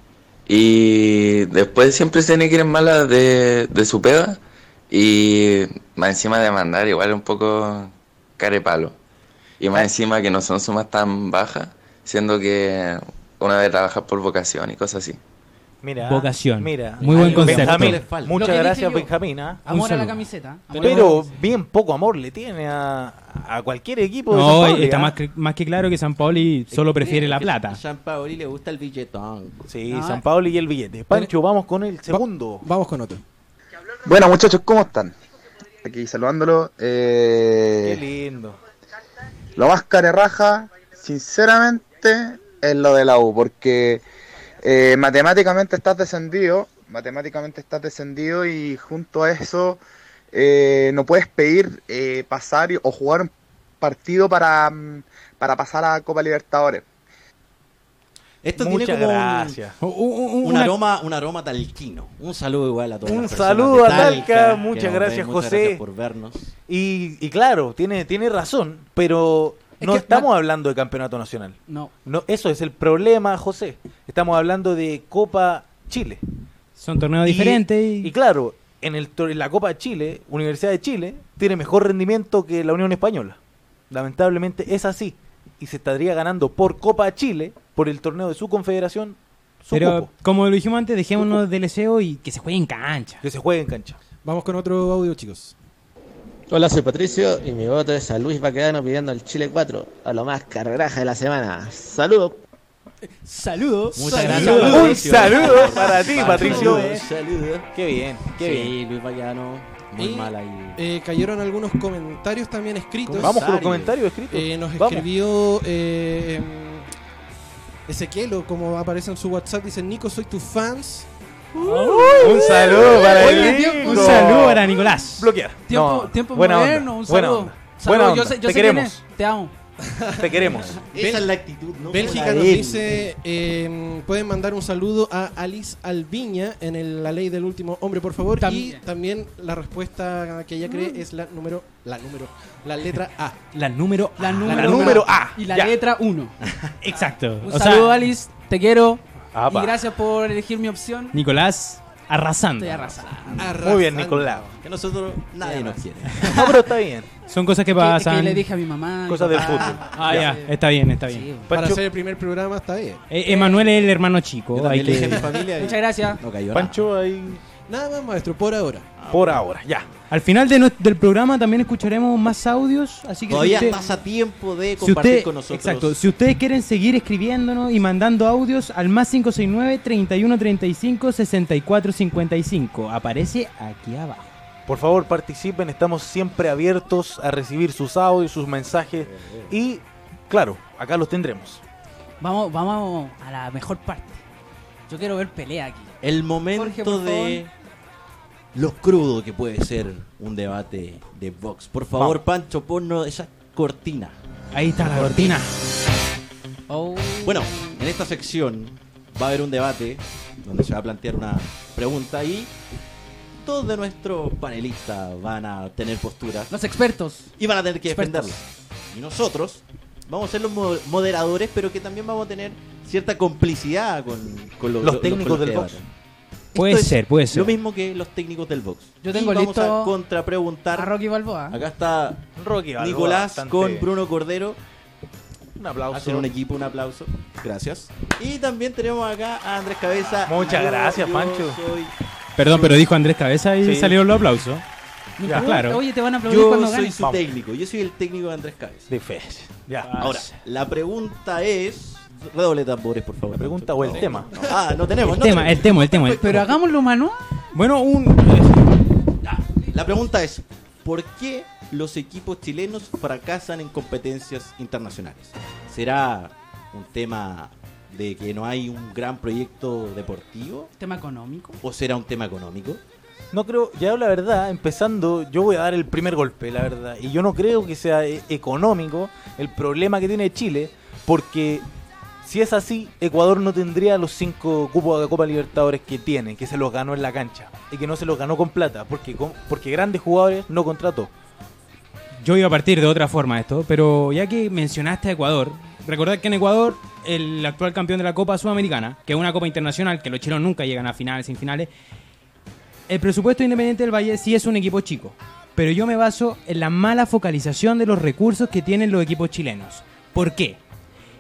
H: Y después siempre se tiene que ir en mala de, de su pega. Y más encima de mandar igual es un poco cara de palo. Y más encima que no son sumas tan bajas, siendo que uno debe trabajar por vocación y cosas así.
A: Mira,
D: Vocación.
A: Mira,
D: Muy buen concepto.
A: Benjamín,
B: Lo
A: muchas
B: que
A: gracias,
B: dije yo.
A: Benjamín. ¿ah?
F: Amor a la
D: saludo.
F: camiseta. amor a la
A: Pero
F: camiseta.
A: bien poco amor le tiene a, a cualquier equipo de San
D: No, eh,
A: Paoli,
D: está
A: ¿ah?
D: más que, más que claro que San Paoli solo prefiere la plata.
C: San Paoli le gusta el billetón.
A: Sí,
F: No,
A: San
F: eh.
A: Pablo y el billete. Pancho, vamos con el segundo.
G: Vamos con otro.
I: Bueno muchachos, ¿cómo están? Aquí saludándolo.
A: Qué
I: Eh,
A: lindo.
I: lo más carerraja, sinceramente, es lo de la U, porque eh, matemáticamente estás descendido, matemáticamente estás descendido y junto a eso eh, no puedes pedir eh, pasar y- o jugar un partido para, mm, para pasar a Copa Libertadores.
C: Esto
A: muchas
C: tiene como un-
A: gracias.
D: Un- un-
C: Un,
D: un- una-
C: aroma, un aroma talquino. Un saludo igual a todos.
A: Un saludo a Talca, muchas gracias, José.
C: por vernos.
A: Y, y claro, tiene, tiene razón, pero no
F: que-
A: estamos hablando de campeonato nacional.
F: No.
A: No, eso es el problema, José. Estamos hablando de Copa Chile.
D: Son torneos diferentes.
A: Y, y claro, en, el, tor- en la Copa de Chile, Universidad de Chile, tiene mejor rendimiento que la Unión Española. Lamentablemente es así. Y se estaría ganando por Copa de Chile, por el torneo de su confederación, su
D: Pero
A: cupo,
D: como lo dijimos antes, dejémonos de deseo y que se juegue en cancha.
A: que se juegue en cancha.
G: Vamos con otro audio, chicos.
H: Hola, soy Patricio y mi voto es a Luis Baquedano pidiendo el Chile 4 a lo más cargaja de la semana. Saludos.
D: Saludos.
C: Muchas
A: Saludos. Un
C: gracias.
A: saludo para ti, Patricio.
C: Saludos.
A: Qué bien, qué bien.
H: Luis Baquedano,
G: muy Y- mal
H: ahí.
G: Eh, cayeron algunos comentarios también escritos.
A: Vamos con los comentarios escritos.
G: Eh, nos
A: Vamos.
G: escribió eh, em, Ezequiel, o como aparece en su WhatsApp, dice, Nico, soy tu fans.
A: Un saludo para
G: Oye,
A: el
G: tío,
A: Nico.
D: Un saludo para Nicolás.
A: Bloquear.
B: Tiempo,
A: No,
B: tiempo
A: buena
B: moderno,
A: onda,
B: un
A: buena
B: saludo.
A: onda.
B: Saludo,
A: Buena
B: yo
A: onda,
B: sé- yo
A: te
B: sé quién
A: queremos,
B: es, te amo.
A: te
B: <laughs>
A: queremos.
C: Esa es la actitud, ¿no?
G: Bélgica
C: La
G: nos
C: él.
G: dice, em, pueden mandar un saludo a Alice Alviña en el- La Ley del Último Hombre, por favor.
B: También.
G: Y también la respuesta que ella cree es la número, la número, la letra A.
D: La número.
B: La número,
A: La número A.
B: y la
A: Ya.
B: letra 1.
D: Ah. Exacto.
B: Un
D: O sea,
B: saludo, Alice, te quiero.
A: Apa.
B: Y gracias por elegir mi opción.
D: Nicolás arrasando.
B: Estoy arrasada.
A: Muy bien, Nicolás.
B: <laughs>
C: Que nosotros nadie nos quiere.
A: No, pero está bien.
D: Son cosas que
B: Que, que
D: pasan.
B: le dije a mi mamá. a mi
A: Cosas del
B: papá.
A: fútbol.
D: Ah, ya. Está bien, está bien.
B: Sí.
G: Para
A: Pancho-
G: hacer el primer programa está bien.
D: Eh, Emanuel es el hermano chico. Hay
G: <laughs>
C: También le dije a mi
D: que...
C: familia y
B: Muchas gracias.
C: no cayó nada.
A: Pancho ahí
G: Nada más, maestro, por ahora.
A: por ahora, ya.
D: Al final de no- del programa también escucharemos más audios. Así que si
C: Todavía
D: usted-
C: estás a tiempo de
D: si
C: compartir
D: usted-
C: con nosotros.
D: Exacto. Si ustedes quieren seguir escribiéndonos y mandando audios al más 569 3135 6455. Aparece aquí abajo.
A: Por favor, participen, estamos siempre abiertos a recibir sus audios, sus mensajes y claro, acá los tendremos.
B: Vamos, vamos a la mejor parte. Yo quiero ver pelea aquí.
C: El
B: Jorge,
C: momento
B: por
C: de lo crudo que puede ser un debate de Vox. Por favor, Pancho, ponnos esa cortina.
D: Ahí está la cortina.
B: Oh.
C: Bueno, en esta sección va a haber un debate donde se va a plantear una pregunta y todos de nuestros panelistas van a tener postura
B: Los expertos.
C: y van a tener que
B: Expertos.
C: defenderla. Y nosotros vamos a ser los mo- moderadores, pero que también vamos a tener cierta complicidad con, con lo-
A: Los
C: lo-
A: técnicos
C: con los
A: del
C: que
A: box.
C: debaten. Esto
D: Puede
C: es
D: ser, puede ser.
C: Lo mismo que los técnicos del box.
B: Yo tengo
C: y vamos
B: listo
C: a
A: Ah.
B: A
C: contrapreguntar.
B: Rocky Balboa.
C: Acá está
A: Rocky Balboa,
C: Nicolás
A: bastante-
C: con Bruno Cordero.
A: Un aplauso.
C: Hacen un equipo, un aplauso. Gracias. Y también tenemos acá a Andrés Cabeza.
A: Muchas gracias, Pancho.
C: soy-
D: Perdón, pero dijo Andrés Cabeza y
A: Sí.
D: salieron los aplausos.
B: Mi
D: Ya,
B: pregunta,
D: claro.
B: Oye, te van a aplaudir
C: yo
B: cuando
C: soy
B: ganes.
C: su
A: Vamos.
C: técnico. Yo soy el técnico de Andrés Cabeza.
A: de fe. Ya.
C: Ahora, la pregunta es. Redoble de tambores, por favor.
A: La pregunta o el
C: No,
A: tema.
C: no. Ah, no tenemos.
D: El
C: no
D: tema,
C: tenemos.
D: el tema, el tema. el
B: Pero
D: tema.
B: hagámoslo manual.
D: Bueno, un.
C: La pregunta es: ¿por qué los equipos chilenos fracasan en competencias internacionales? ¿Será un tema de que no hay un gran proyecto deportivo?
B: Tema económico.
C: ¿O será un tema económico?
A: No creo, ya la verdad, empezando, yo voy a dar el primer golpe, la verdad. Y yo no creo que sea eh, económico el problema que tiene Chile, porque si es así, Ecuador no tendría los cinco cupos de Copa Libertadores que tiene, que se los ganó en la cancha. Y que no se los ganó con plata, porque, con- porque grandes jugadores no contrató.
D: Yo iba a partir de otra forma esto, pero ya que mencionaste a Ecuador, recordad que en Ecuador el actual campeón de la Copa Sudamericana, que es una copa internacional, que los chilenos nunca llegan a finales, sin finales, el presupuesto independiente del Valle sí es un equipo chico, pero yo me baso en la mala focalización de los recursos que tienen los equipos chilenos. ¿Por qué?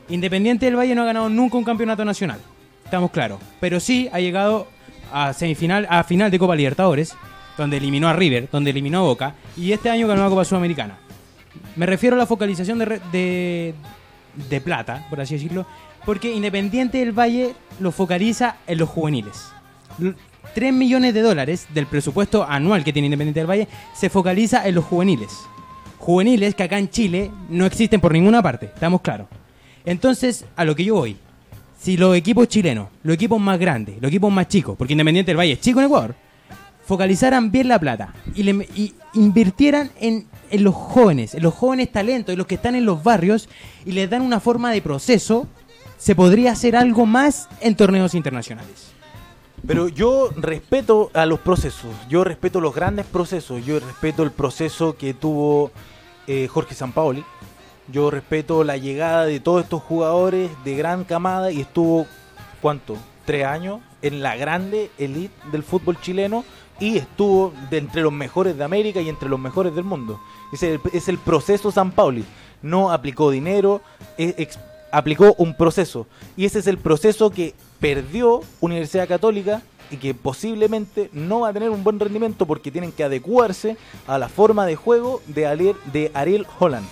D: Independiente del Valle no ha ganado nunca un campeonato nacional, estamos claros, pero sí ha llegado a semifinal, a final de Copa Libertadores, donde eliminó a River, donde eliminó a Boca, y este año ganó la Copa Sudamericana. Me refiero a la focalización de, re- de, de plata, por así decirlo, porque Independiente del Valle lo focaliza en los juveniles. 3 millones de dólares del presupuesto anual que tiene Independiente del Valle se focaliza en los juveniles. Juveniles que acá en Chile no existen por ninguna parte, estamos claros. Entonces, a lo que yo voy, si los equipos chilenos, los equipos más grandes, los equipos más chicos, porque Independiente del Valle es chico en Ecuador, focalizaran bien la plata y, le- y invirtieran en, en los jóvenes, en los jóvenes talentos, en los que están en los barrios y les dan una forma de proceso, se podría hacer algo más en torneos internacionales.
A: Pero yo respeto a los procesos, yo respeto los grandes procesos, yo respeto el proceso que tuvo eh, Jorge Sampaoli, yo respeto la llegada de todos estos jugadores de gran camada y estuvo, ¿cuánto? ¿Tres años en la grande elite del fútbol chileno y estuvo de entre los mejores de América y entre los mejores del mundo. Es el, es el proceso San Pauli. No aplicó dinero, e- ex- aplicó un proceso. Y ese es el proceso que perdió Universidad Católica y que posiblemente no va a tener un buen rendimiento porque tienen que adecuarse a la forma de juego de Ariel, de Ariel Holland.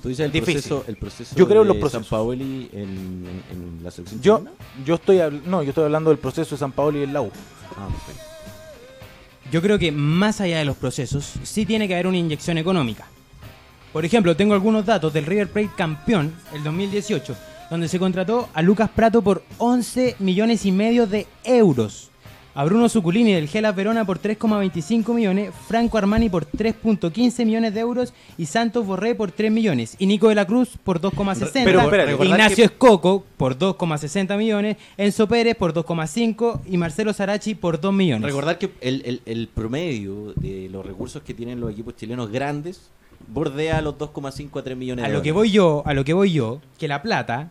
C: Tú dices el
A: Difícil.
C: proceso, el proceso
A: Yo creo en
C: de
A: los procesos.
C: San Paoli en, en- en la selección.
A: Yo,
C: chilena.
A: yo estoy habl- no, yo estoy hablando del proceso de San Paolo y el Lau.
C: Ah, perfecto.
D: Yo creo que más allá de los procesos, sí tiene que haber una inyección económica. Por ejemplo, tengo algunos datos del River Plate campeón, el 2018, donde se contrató a Lucas Prato por 11 millones y medio de euros. A Bruno Zuculini del Gelas Verona por 3,25 millones, Franco Armani por 3,15 millones de euros y Santos Borré por 3 millones y Nico de la Cruz por 2,60.
A: Pero, espérate, recordar
D: Ignacio Escoco por 2,60 millones, Enzo Pérez por 2,5 y Marcelo Sarachi por 2 millones.
C: Recordar que el, el- el promedio de los recursos que tienen los equipos chilenos grandes bordea los 2,5 a 3 millones
D: A
C: de
D: lo que
C: dólares.
D: voy yo, a lo que voy yo, que la plata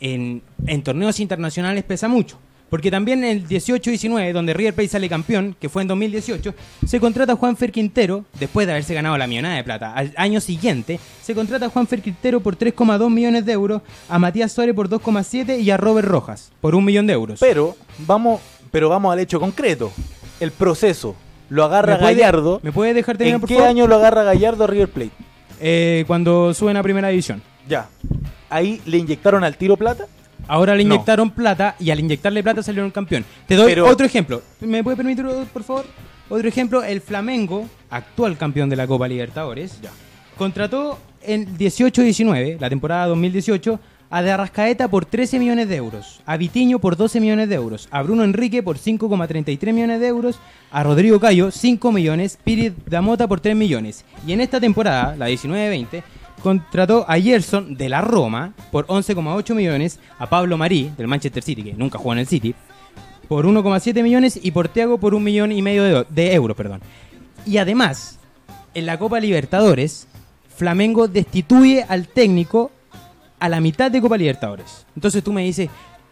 D: en, en torneos internacionales pesa mucho. Porque también en el 18-19, donde River Plate sale campeón, que fue en 2018, se contrata a Juanfer Quintero, después de haberse ganado la millonada de plata. Al año siguiente, se contrata a Juanfer Quintero por 3,2 millones de euros, a Matías Suárez por 2,7 y a Robert Rojas por 1 millón de euros.
A: Pero vamos, pero vamos al hecho concreto. El proceso lo agarra
D: ¿Me puede-
A: Gallardo.
D: ¿Me puedes dejar terminar,
A: ¿En
D: por
A: qué
D: favor?
A: año lo agarra Gallardo a River Plate?
D: Eh, cuando suben a primera división.
A: Ya. Ahí le inyectaron al tiro plata.
D: Ahora le
A: No.
D: inyectaron plata y al inyectarle plata salieron campeón. Te doy
A: Pero-
D: otro ejemplo. ¿Me puede permitir, por favor? Otro ejemplo, el Flamengo, actual campeón de la Copa Libertadores, contrató en 18-19, la temporada 2018, a De Arrascaeta por 13 millones de euros, a Vitiño por 12 millones de euros, a Bruno Enrique por 5,33 millones de euros, a Rodrigo Cayo 5 millones, Piris Damota por 3 millones. Y en esta temporada, la 19-20, contrató a Gerson de la Roma por 11,8 millones, a Pablo Marí del Manchester City, que nunca jugó en el City, por 1,7 millones y por Thiago por un millón y medio de, de euros. Perdón. Y además, en la Copa Libertadores, Flamengo destituye al técnico a la mitad de Copa Libertadores. Entonces tú me dices,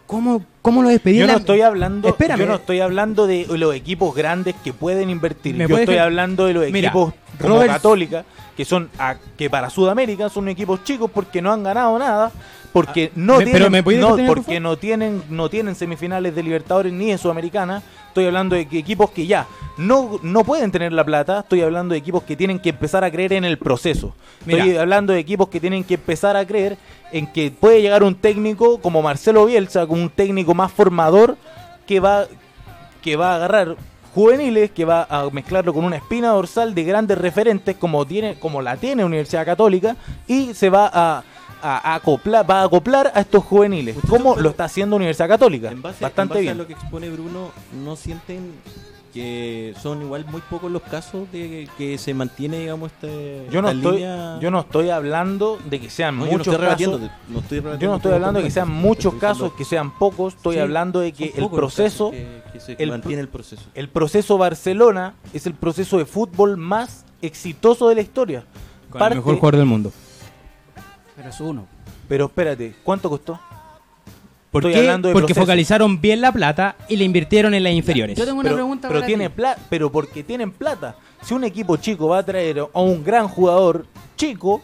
D: ¿cómo, cómo lo despedí?
A: Yo
D: en
A: no
D: la-
A: estoy hablando,
D: Espérame.
A: yo no estoy hablando de los equipos grandes que pueden invertir.
D: ¿Me
A: Yo
D: puedes
A: estoy
D: dejar-
A: hablando de los
D: Mira,
A: equipos como
D: Robert-
A: Católica, que son a- que para Sudamérica son equipos chicos porque no han ganado nada, porque no
D: Ah, me- pero
A: tienen,
D: ¿me puedes
A: no,
D: detener, por
A: porque
D: favor?
A: no tienen, no tienen semifinales de Libertadores ni de Sudamericana. Estoy hablando de que equipos que ya no, no pueden tener la plata. Estoy hablando de equipos que tienen que empezar a creer en el proceso.
D: Mira.
A: Estoy hablando de equipos que tienen que empezar a creer en que puede llegar un técnico como Marcelo Bielsa, como un técnico más formador que va, que va a agarrar juveniles, que va a mezclarlo con una espina dorsal de grandes referentes como, tiene, como la tiene Universidad Católica y se va a, a- a acoplar, va a acoplar a estos juveniles,
C: Muchachos,
A: como
C: pero-
A: lo está haciendo Universidad Católica.
C: En base, en
A: Bastante
C: base a
A: bien.
C: lo que expone Bruno, ¿no sienten que son igual muy pocos los casos de que se mantiene, digamos, este,
A: Yo no,
C: esta
A: estoy,
C: línea?
A: yo no estoy hablando de que sean
C: No, yo no
A: muchos
C: estoy rebatiendo,
A: casos.
C: no estoy
A: Yo
C: rebatiendo,
A: no estoy hablando de que sean
C: estoy
A: muchos
C: diciendo-
A: casos, que sean pocos. Estoy
C: Sí,
A: hablando de que
C: son
A: el
C: pocos los casos
A: proceso,
C: que, que se
A: el pro-
C: mantiene el proceso.
A: el proceso Barcelona es el proceso de fútbol más exitoso de la historia.
D: Con
A: Parte-
D: el mejor jugador del mundo.
B: Pero es uno.
A: Pero espérate, ¿cuánto costó?
D: ¿Por
A: Estoy
D: qué?
A: hablando de
D: Porque
A: proceso.
D: focalizaron bien la plata y le invirtieron en las inferiores.
B: Yo tengo una
A: pero,
B: pregunta
A: pero
B: para
A: tiene
B: ti.
A: pla- pero porque tienen plata. Si un equipo chico va a traer a un gran jugador chico,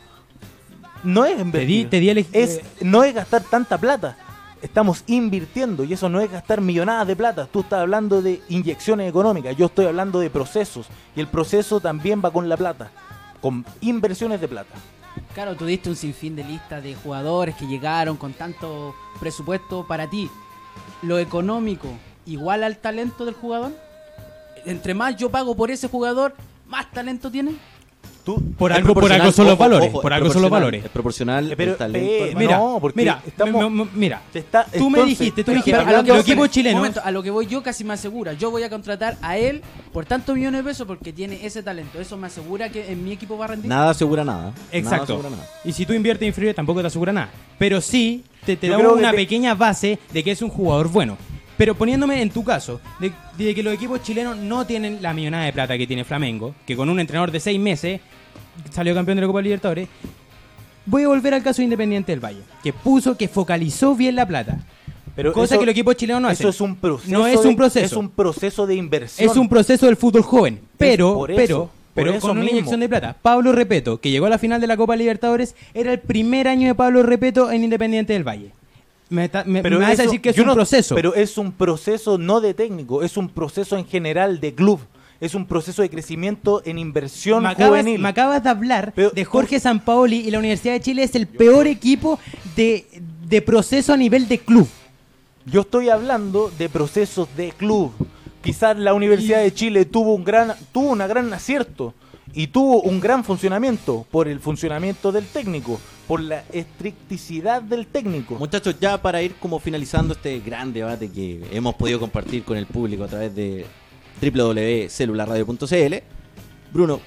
A: no es
D: Te di,
A: invertir.
D: te di el ej-
A: es,
D: eh,
A: no es gastar tanta plata. Estamos invirtiendo y eso no es gastar millonadas de plata. Tú estás hablando de inyecciones económicas, yo estoy hablando de procesos y el proceso también va con la plata, con inversiones de plata.
B: Claro, tú diste un sinfín de listas de jugadores que llegaron con tanto presupuesto para ti. Lo económico, igual al talento del jugador. Entre más yo pago por ese jugador, más talento tiene.
A: Tú,
D: por
C: Es
D: algo, por
C: proporcional,
D: algo son los
C: ojo,
D: valores.
C: ojo,
D: por
C: es
D: algo son los
C: proporcional,
D: valores.
C: Es proporcional
A: Pero,
C: el talento.
A: eh,
C: hermano.
D: Mira,
A: no, porque
D: mira,
A: estamos-
D: me- me- mira,
A: te está-
D: Tú me
A: entonces-
D: dijiste, tú
A: Pero-
D: dijiste,
A: pero-
B: a lo que
D: los
B: voy-
D: equipos chilenos.
B: momento, a lo que voy yo casi me asegura. Yo voy a contratar a él por tantos millones de pesos porque tiene ese talento. Eso me asegura que en mi equipo va a rendir.
C: Nada asegura nada.
D: Exacto.
C: Nada asegura nada.
D: Y si tú inviertes en inferiores tampoco te asegura nada. Pero sí te, te
A: Yo
D: da
A: creo que
D: una
A: te-
D: pequeña base de que es un jugador bueno. Pero poniéndome en tu caso, de, de que los equipos chilenos no tienen la millonada de plata que tiene Flamengo, que con un entrenador de seis meses salió campeón de la Copa Libertadores, voy a volver al caso de Independiente del Valle, que puso, que focalizó bien la plata.
A: Pero
D: cosa
A: eso-
D: que los equipos chilenos no hacen.
A: Eso es un proceso.
D: No es
A: de-
D: un proceso.
A: Es un proceso de inversión.
D: Es un proceso del fútbol joven. Pero,
A: por eso,
D: pero,
A: por
D: pero
A: eso
D: con una
A: mismo.
D: inyección de plata. Pablo Repeto, que llegó a la final de la Copa Libertadores, era el primer año de Pablo Repeto en Independiente del Valle. Me, está- me- me vas a
A: eso-
D: decir que es
A: yo
D: un
A: no-
D: proceso.
A: Pero es un proceso no de técnico, es un proceso en general de club. Es un proceso de crecimiento en inversión
D: me, acabas,
A: juvenil.
D: me acabas de hablar
A: Pero
D: de Jorge Sampaoli y la Universidad de Chile es el peor equipo de, de proceso a nivel de club.
A: Yo estoy hablando de procesos de club. Quizás la Universidad de Chile tuvo un gran tuvo un gran acierto y tuvo un gran funcionamiento por el funcionamiento del técnico, por la estricticidad del técnico.
C: Muchachos, ya para ir como finalizando este gran debate que hemos podido compartir con el público a través de www.celularradio.cl, Bruno,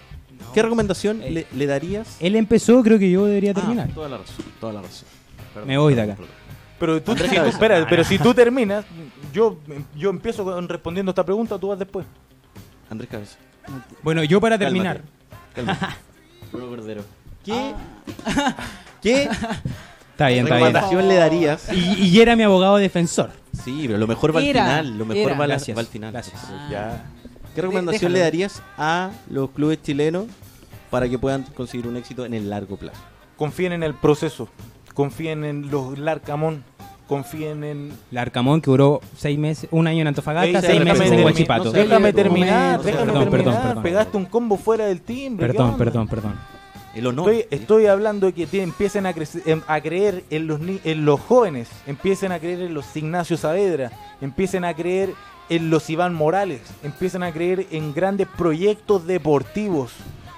C: ¿qué recomendación le, le darías?
D: Él empezó, creo que yo debería Eh, terminar.
C: Ah, toda la razón, toda la razón. Perdón,
D: Me voy de
C: perdón,
D: acá.
C: perdón.
A: Pero tú,
C: Andrés
A: si tú-
C: Cabeza. Ah,
A: espera, pero si tú terminas, yo, yo empiezo con- respondiendo esta pregunta, tú vas después.
C: Andrés Cabeza.
D: Bueno, yo para terminar, <laughs>
C: Cálmate. Bruno Cordero. ¿Qué, <laughs>
D: ¿qué? Ah. está bien, está bien.
C: recomendación le darías?
D: Y, y era mi abogado defensor.
C: Sí, pero lo mejor va
B: Era,
C: al final. Lo mejor
B: era.
C: va, al-
D: Gracias,
C: va al final.
D: gracias.
B: Ah.
C: Sí.
A: Ya.
C: ¿Qué
B: déjalo.
C: recomendación le darías a los clubes chilenos para que puedan conseguir un éxito en el largo plazo?
A: Confíen en el proceso, confíen en los Larcamón, confíen en...
D: Larcamón, que duró seis meses, un año en Antofagasta,
A: Ey,
D: seis
A: déjame
D: meses en
A: termi-
D: Huachipato.
C: no sé.
A: Déjame
C: Oye,
A: terminar,
C: momento,
A: déjame
D: perdón,
A: terminar.
D: perdón, perdón.
A: Pegaste un combo fuera del timbre. ¿qué
D: Perdón,
A: onda?
D: perdón, perdón.
C: El honor.
A: Estoy, estoy hablando de que te- empiecen a, crece- em- a creer en los, ni- en los jóvenes, empiecen a creer en los Ignacio Saavedra, empiecen a creer en los Iván Morales, empiecen a creer en grandes proyectos deportivos.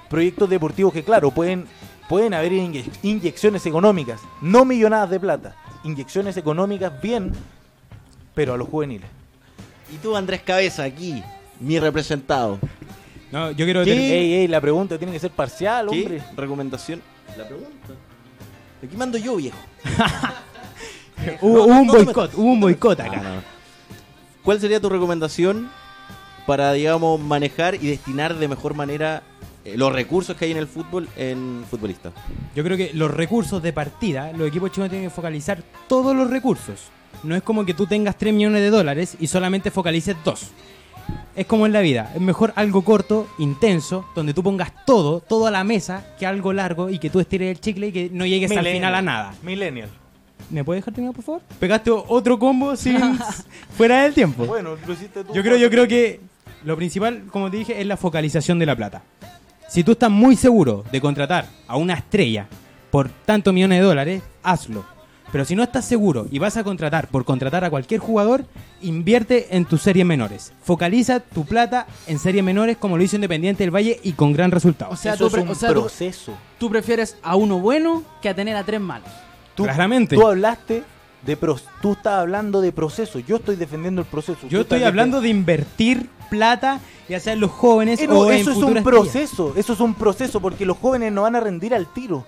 A: Proyectos deportivos que, claro, pueden, pueden haber inye- inyecciones económicas, no millonadas de plata, inyecciones económicas bien, pero a los juveniles.
C: Y tú, Andrés Cabeza, aquí, mi representado.
D: No, yo quiero
A: Ey,
D: terminar.
A: ey, la pregunta tiene que ser parcial,
C: ¿Qué
A: hombre.
C: recomendación? La pregunta. Aquí mando yo, viejo. No,
D: Hubo
C: no,
D: un
C: no te
D: boicot,
C: metas.
D: hubo un boicot acá.
C: Ah, no. ¿Cuál sería tu recomendación para, digamos, manejar y destinar de mejor manera eh, los recursos que hay en el fútbol en futbolistas?
D: Yo creo que los recursos de partida, los equipos chinos tienen que focalizar todos los recursos. No es como que tú tengas 3 millones de dólares y solamente focalices 2. Es como en la vida, es mejor algo corto, intenso, donde tú pongas todo, todo a la mesa, que algo largo y que tú estires el chicle y que no llegues al
A: Millennial.
D: final a nada.
A: Millennial.
D: ¿Me puedes dejar terminar, por favor? Pegaste otro combo sin fuera del tiempo.
A: Bueno, lo hiciste tú.
D: Yo creo, yo creo que lo principal, como te dije, es la focalización de la plata. Si tú estás muy seguro de contratar a una estrella por tantos millones de dólares, hazlo. Pero si no estás seguro y vas a contratar por contratar a cualquier jugador, invierte en tus series menores. Focaliza tu plata en series menores como lo hizo Independiente del Valle y con gran resultado.
B: O sea,
A: Eso
B: tú,
A: es
B: pre-
A: un
B: o sea, tú-
A: proceso.
B: tú prefieres a uno bueno que a tener a tres malos.
A: Tú,
D: Claramente.
A: tú hablaste de pro- tú estás hablando de proceso. Yo estoy defendiendo el proceso.
D: Yo
A: Tú
D: estoy
A: estás-
D: hablando de invertir plata y hacer los jóvenes
A: Eh, no,
D: o en
A: eso es un
D: futuras estrellas.
A: proceso. Eso es un proceso porque los jóvenes no van a rendir al tiro.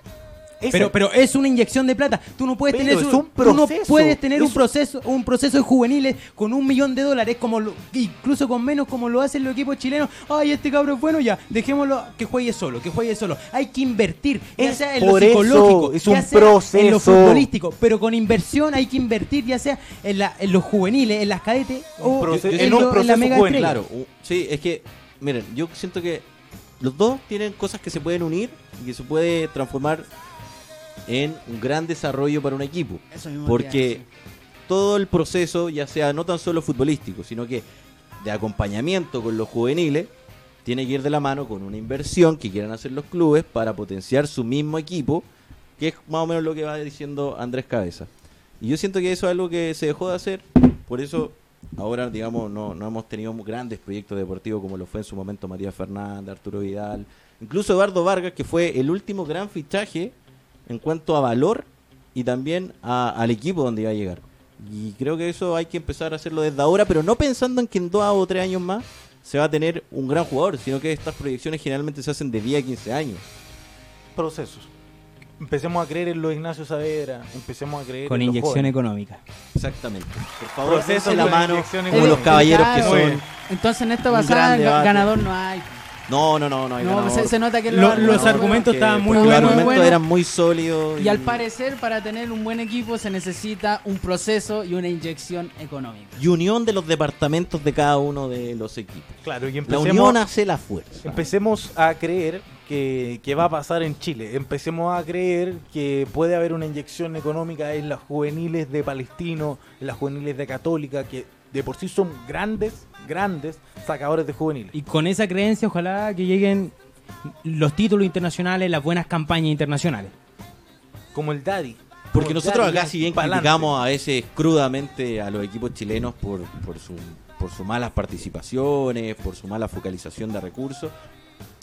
A: Ese-
D: Pero, pero es una inyección de plata. Tú no puedes
A: Pero
D: tener
A: es
D: su-
A: un
D: tú no
A: proceso.
D: puedes tener un
A: Es-
D: proceso, un proceso de juveniles con un millón de dólares, como lo- incluso con menos, como lo hacen los equipos chilenos. Ay, este cabrón es bueno ya, dejémoslo que juegue solo, que juegue solo. Hay que invertir, ya
A: Es
D: sea en lo
A: por eso,
D: psicológico,
A: es
D: ya
A: un
D: sea en lo
A: proceso.
D: futbolístico, pero con inversión hay que invertir, ya sea en, la- en los juveniles, en las cadetes o
A: proceso-
D: en,
A: en
D: lo-
A: un
D: en la
A: proceso
D: mega
A: juvenil,
D: estrella.
C: Claro, u- sí, es que, miren, yo siento que los dos tienen cosas que se pueden unir y que se puede transformar en un gran desarrollo para un equipo.
B: Eso mismo quería
C: Porque
B: decir.
C: todo el proceso, ya sea no tan solo futbolístico, sino que de acompañamiento con los juveniles, tiene que ir de la mano con una inversión que quieran hacer los clubes para potenciar su mismo equipo, que es más o menos lo que va diciendo Andrés Cabeza. Y yo siento que eso es algo que se dejó de hacer, por eso ahora, digamos, no, no hemos tenido grandes proyectos deportivos como lo fue en su momento Matías Fernández, Arturo Vidal, incluso Eduardo Vargas, que fue el último gran fichaje en cuanto a valor y también a- al equipo donde iba a llegar. Y creo que eso hay que empezar a hacerlo desde ahora, pero no pensando en que en dos o tres años más se va a tener un gran jugador, sino que estas proyecciones generalmente se hacen de 10 a 15 años.
A: procesos. Empecemos a creer en los Ignacio Saavedra. Empecemos a creer
D: Con
A: en los
D: inyección
A: jóvenes.
D: económico.
C: Exactamente. Por favor,
A: Proceso
C: dense la
A: con
C: mano
A: inyección
C: como
A: económica.
C: los caballeros que
B: Claro.
C: son.
B: Entonces en esta
C: Un
B: basada
C: gran debate.
B: ganador no hay.
C: No, no, no, no. hay
B: No,
C: ganador.
B: se- se nota que él lo Lo- armó, los ¿no? argumentos
C: Porque-
B: estaban muy
C: porque
B: buenos.
C: Los
B: Bueno.
C: argumentos eran muy sólidos.
B: Y al parecer, para tener un buen equipo se necesita un proceso y una inyección económica.
C: y unión de los departamentos de cada uno de los equipos.
A: Claro, y
C: La
A: empecemos,
C: unión hace la fuerza.
A: empecemos a creer que, que va a pasar en Chile. Empecemos a creer que puede haber una inyección económica en las juveniles de Palestino, en las juveniles de Católica, que de por sí son grandes, grandes sacadores de juveniles.
D: Y con esa creencia, ojalá que lleguen los títulos internacionales, las buenas campañas internacionales.
A: Como el Daddy. Como
C: Porque
A: el
C: nosotros
A: Daddy,
C: acá, si bien
A: pa'lante.
C: criticamos a veces crudamente a los equipos chilenos por, por, su, por sus malas participaciones, por su mala focalización de recursos,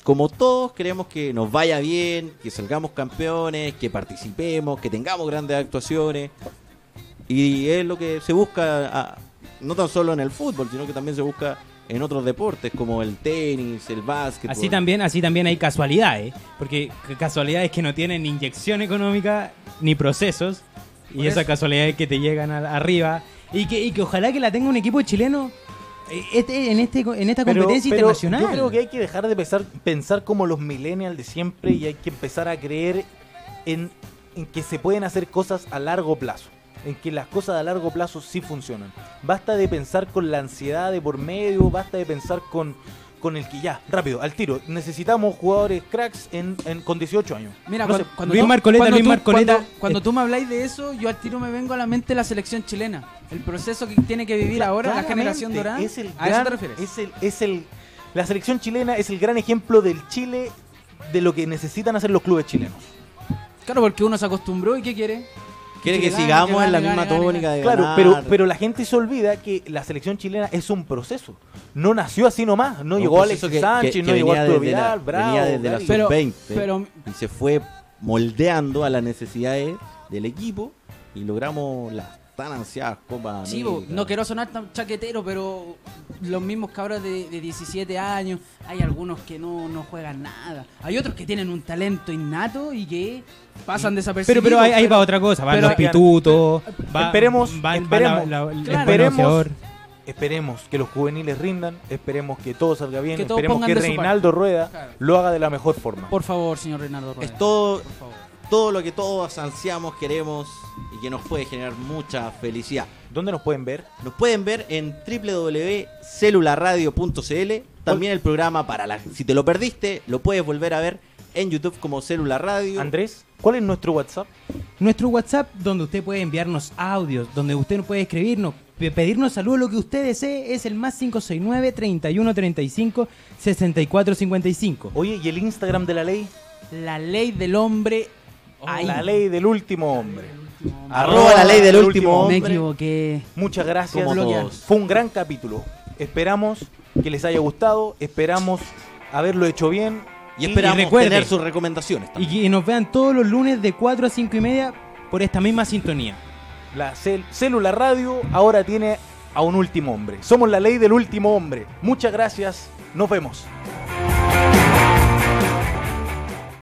C: como todos queremos que nos vaya bien, que salgamos campeones, que participemos, que tengamos grandes actuaciones. Y es lo que se busca, a- no tan solo en el fútbol, sino que también se busca en otros deportes como el tenis, el básquet.
D: Así también, así también hay casualidades, ¿eh? porque c- casualidades que no tienen ni inyección económica ni procesos, y
C: Por
D: esas
C: eso.
D: casualidades que te llegan al- arriba, y que, y que ojalá que la tenga un equipo chileno eh, este- en, este, en esta
A: Pero-
D: competencia
A: pero
D: internacional.
A: Yo creo que hay que dejar de pensar, pensar como los millennials de siempre y hay que empezar a creer en, en que se pueden hacer cosas a largo plazo. En que las cosas a largo plazo sí funcionan. Basta de pensar con la ansiedad de por medio, basta de pensar con, con el que ya, rápido, al tiro. Necesitamos jugadores cracks en, en- con 18 años.
B: Mira,
A: No
B: cuan-
A: sé,
B: cuando, tú- cuando tú- Cuando, cuando tú me habláis de eso, yo al tiro me vengo a la mente la selección chilena. El proceso que tiene que vivir ahora la
A: Claramente,
B: generación dorada.
A: Es el
B: ¿A eso
A: gran-
B: te refieres?
A: Es el, es el, la selección chilena es el gran ejemplo del Chile de lo que necesitan hacer los clubes chilenos.
B: Claro, porque uno se acostumbró y ¿qué quiere?
C: Quiere que
B: gane,
C: sigamos
B: gane,
C: en la
B: gane,
C: misma
B: gane,
C: tónica
B: gane.
C: de
A: Claro,
C: ganar.
A: pero, pero la gente se olvida que la selección chilena es un proceso. No nació así nomás. No
C: Un
A: llegó
C: proceso
A: Alexis
C: pues que-
A: Sánchez,
C: que- que
A: no llegó
C: venía
A: Arturo
C: desde la-
A: Vidal, Bravo.
C: venía desde la
A: Gavi.
B: Pero-
C: sub-20
B: pero-
C: y se fue moldeando a las necesidades del equipo y logramos las tan ansiadas Copa
B: Sí, bo,
C: América.
B: no quiero sonar tan chaquetero, pero los mismos cabros de, de 17 años, hay algunos que no, no juegan nada. Hay otros que tienen un talento innato y que pasan
D: pero
B: desapercibidos.
D: pero ahí, ahí va otra cosa, van
B: pero-
D: los pitutos, va-
A: esperemos,
D: va- va la-
A: esperemos,
D: la- el
A: Claro.
D: balanceador.
A: esperemos, esperemos que los juveniles rindan, esperemos que todo salga bien,
B: Que todos
A: esperemos
B: pongan
A: que
B: de su
A: Reinaldo
B: parte.
A: Rueda
B: Claro.
A: lo haga de la mejor forma.
B: Por favor, señor Reinaldo Rueda.
C: Es todo,
B: Por favor.
C: todo lo que todos ansiamos, queremos y que nos puede generar mucha felicidad.
A: ¿Dónde nos pueden ver?
C: Nos pueden ver en www.celularradio.cl. También el programa para la... Si te lo perdiste, lo puedes volver a ver en YouTube como Célula Radio.
A: Andrés, ¿cuál es nuestro WhatsApp?
D: Nuestro WhatsApp, donde usted puede enviarnos audios, donde usted puede escribirnos, pe- pedirnos saludos, lo que usted desee, es el más 569 31 35 64 55.
A: Oye, ¿y el Instagram de la ley?
B: La ley del hombre.
D: Oh,
B: ahí.
A: La ley del último hombre.
C: Arroba la ley del último
B: Me
C: hombre.
B: equivoqué.
A: Muchas gracias.
C: Como
A: Lo-
C: todos.
A: Fue un gran capítulo. Esperamos que les haya gustado. Esperamos haberlo hecho bien.
C: Y esperamos
D: Y recuerde-
C: tener sus recomendaciones
D: Y
C: también.
D: que nos vean todos los lunes de 4 a 5 y media por esta misma sintonía.
A: La cel- Célula Radio ahora tiene a un último hombre. Somos la ley del último hombre. Muchas gracias. Nos vemos.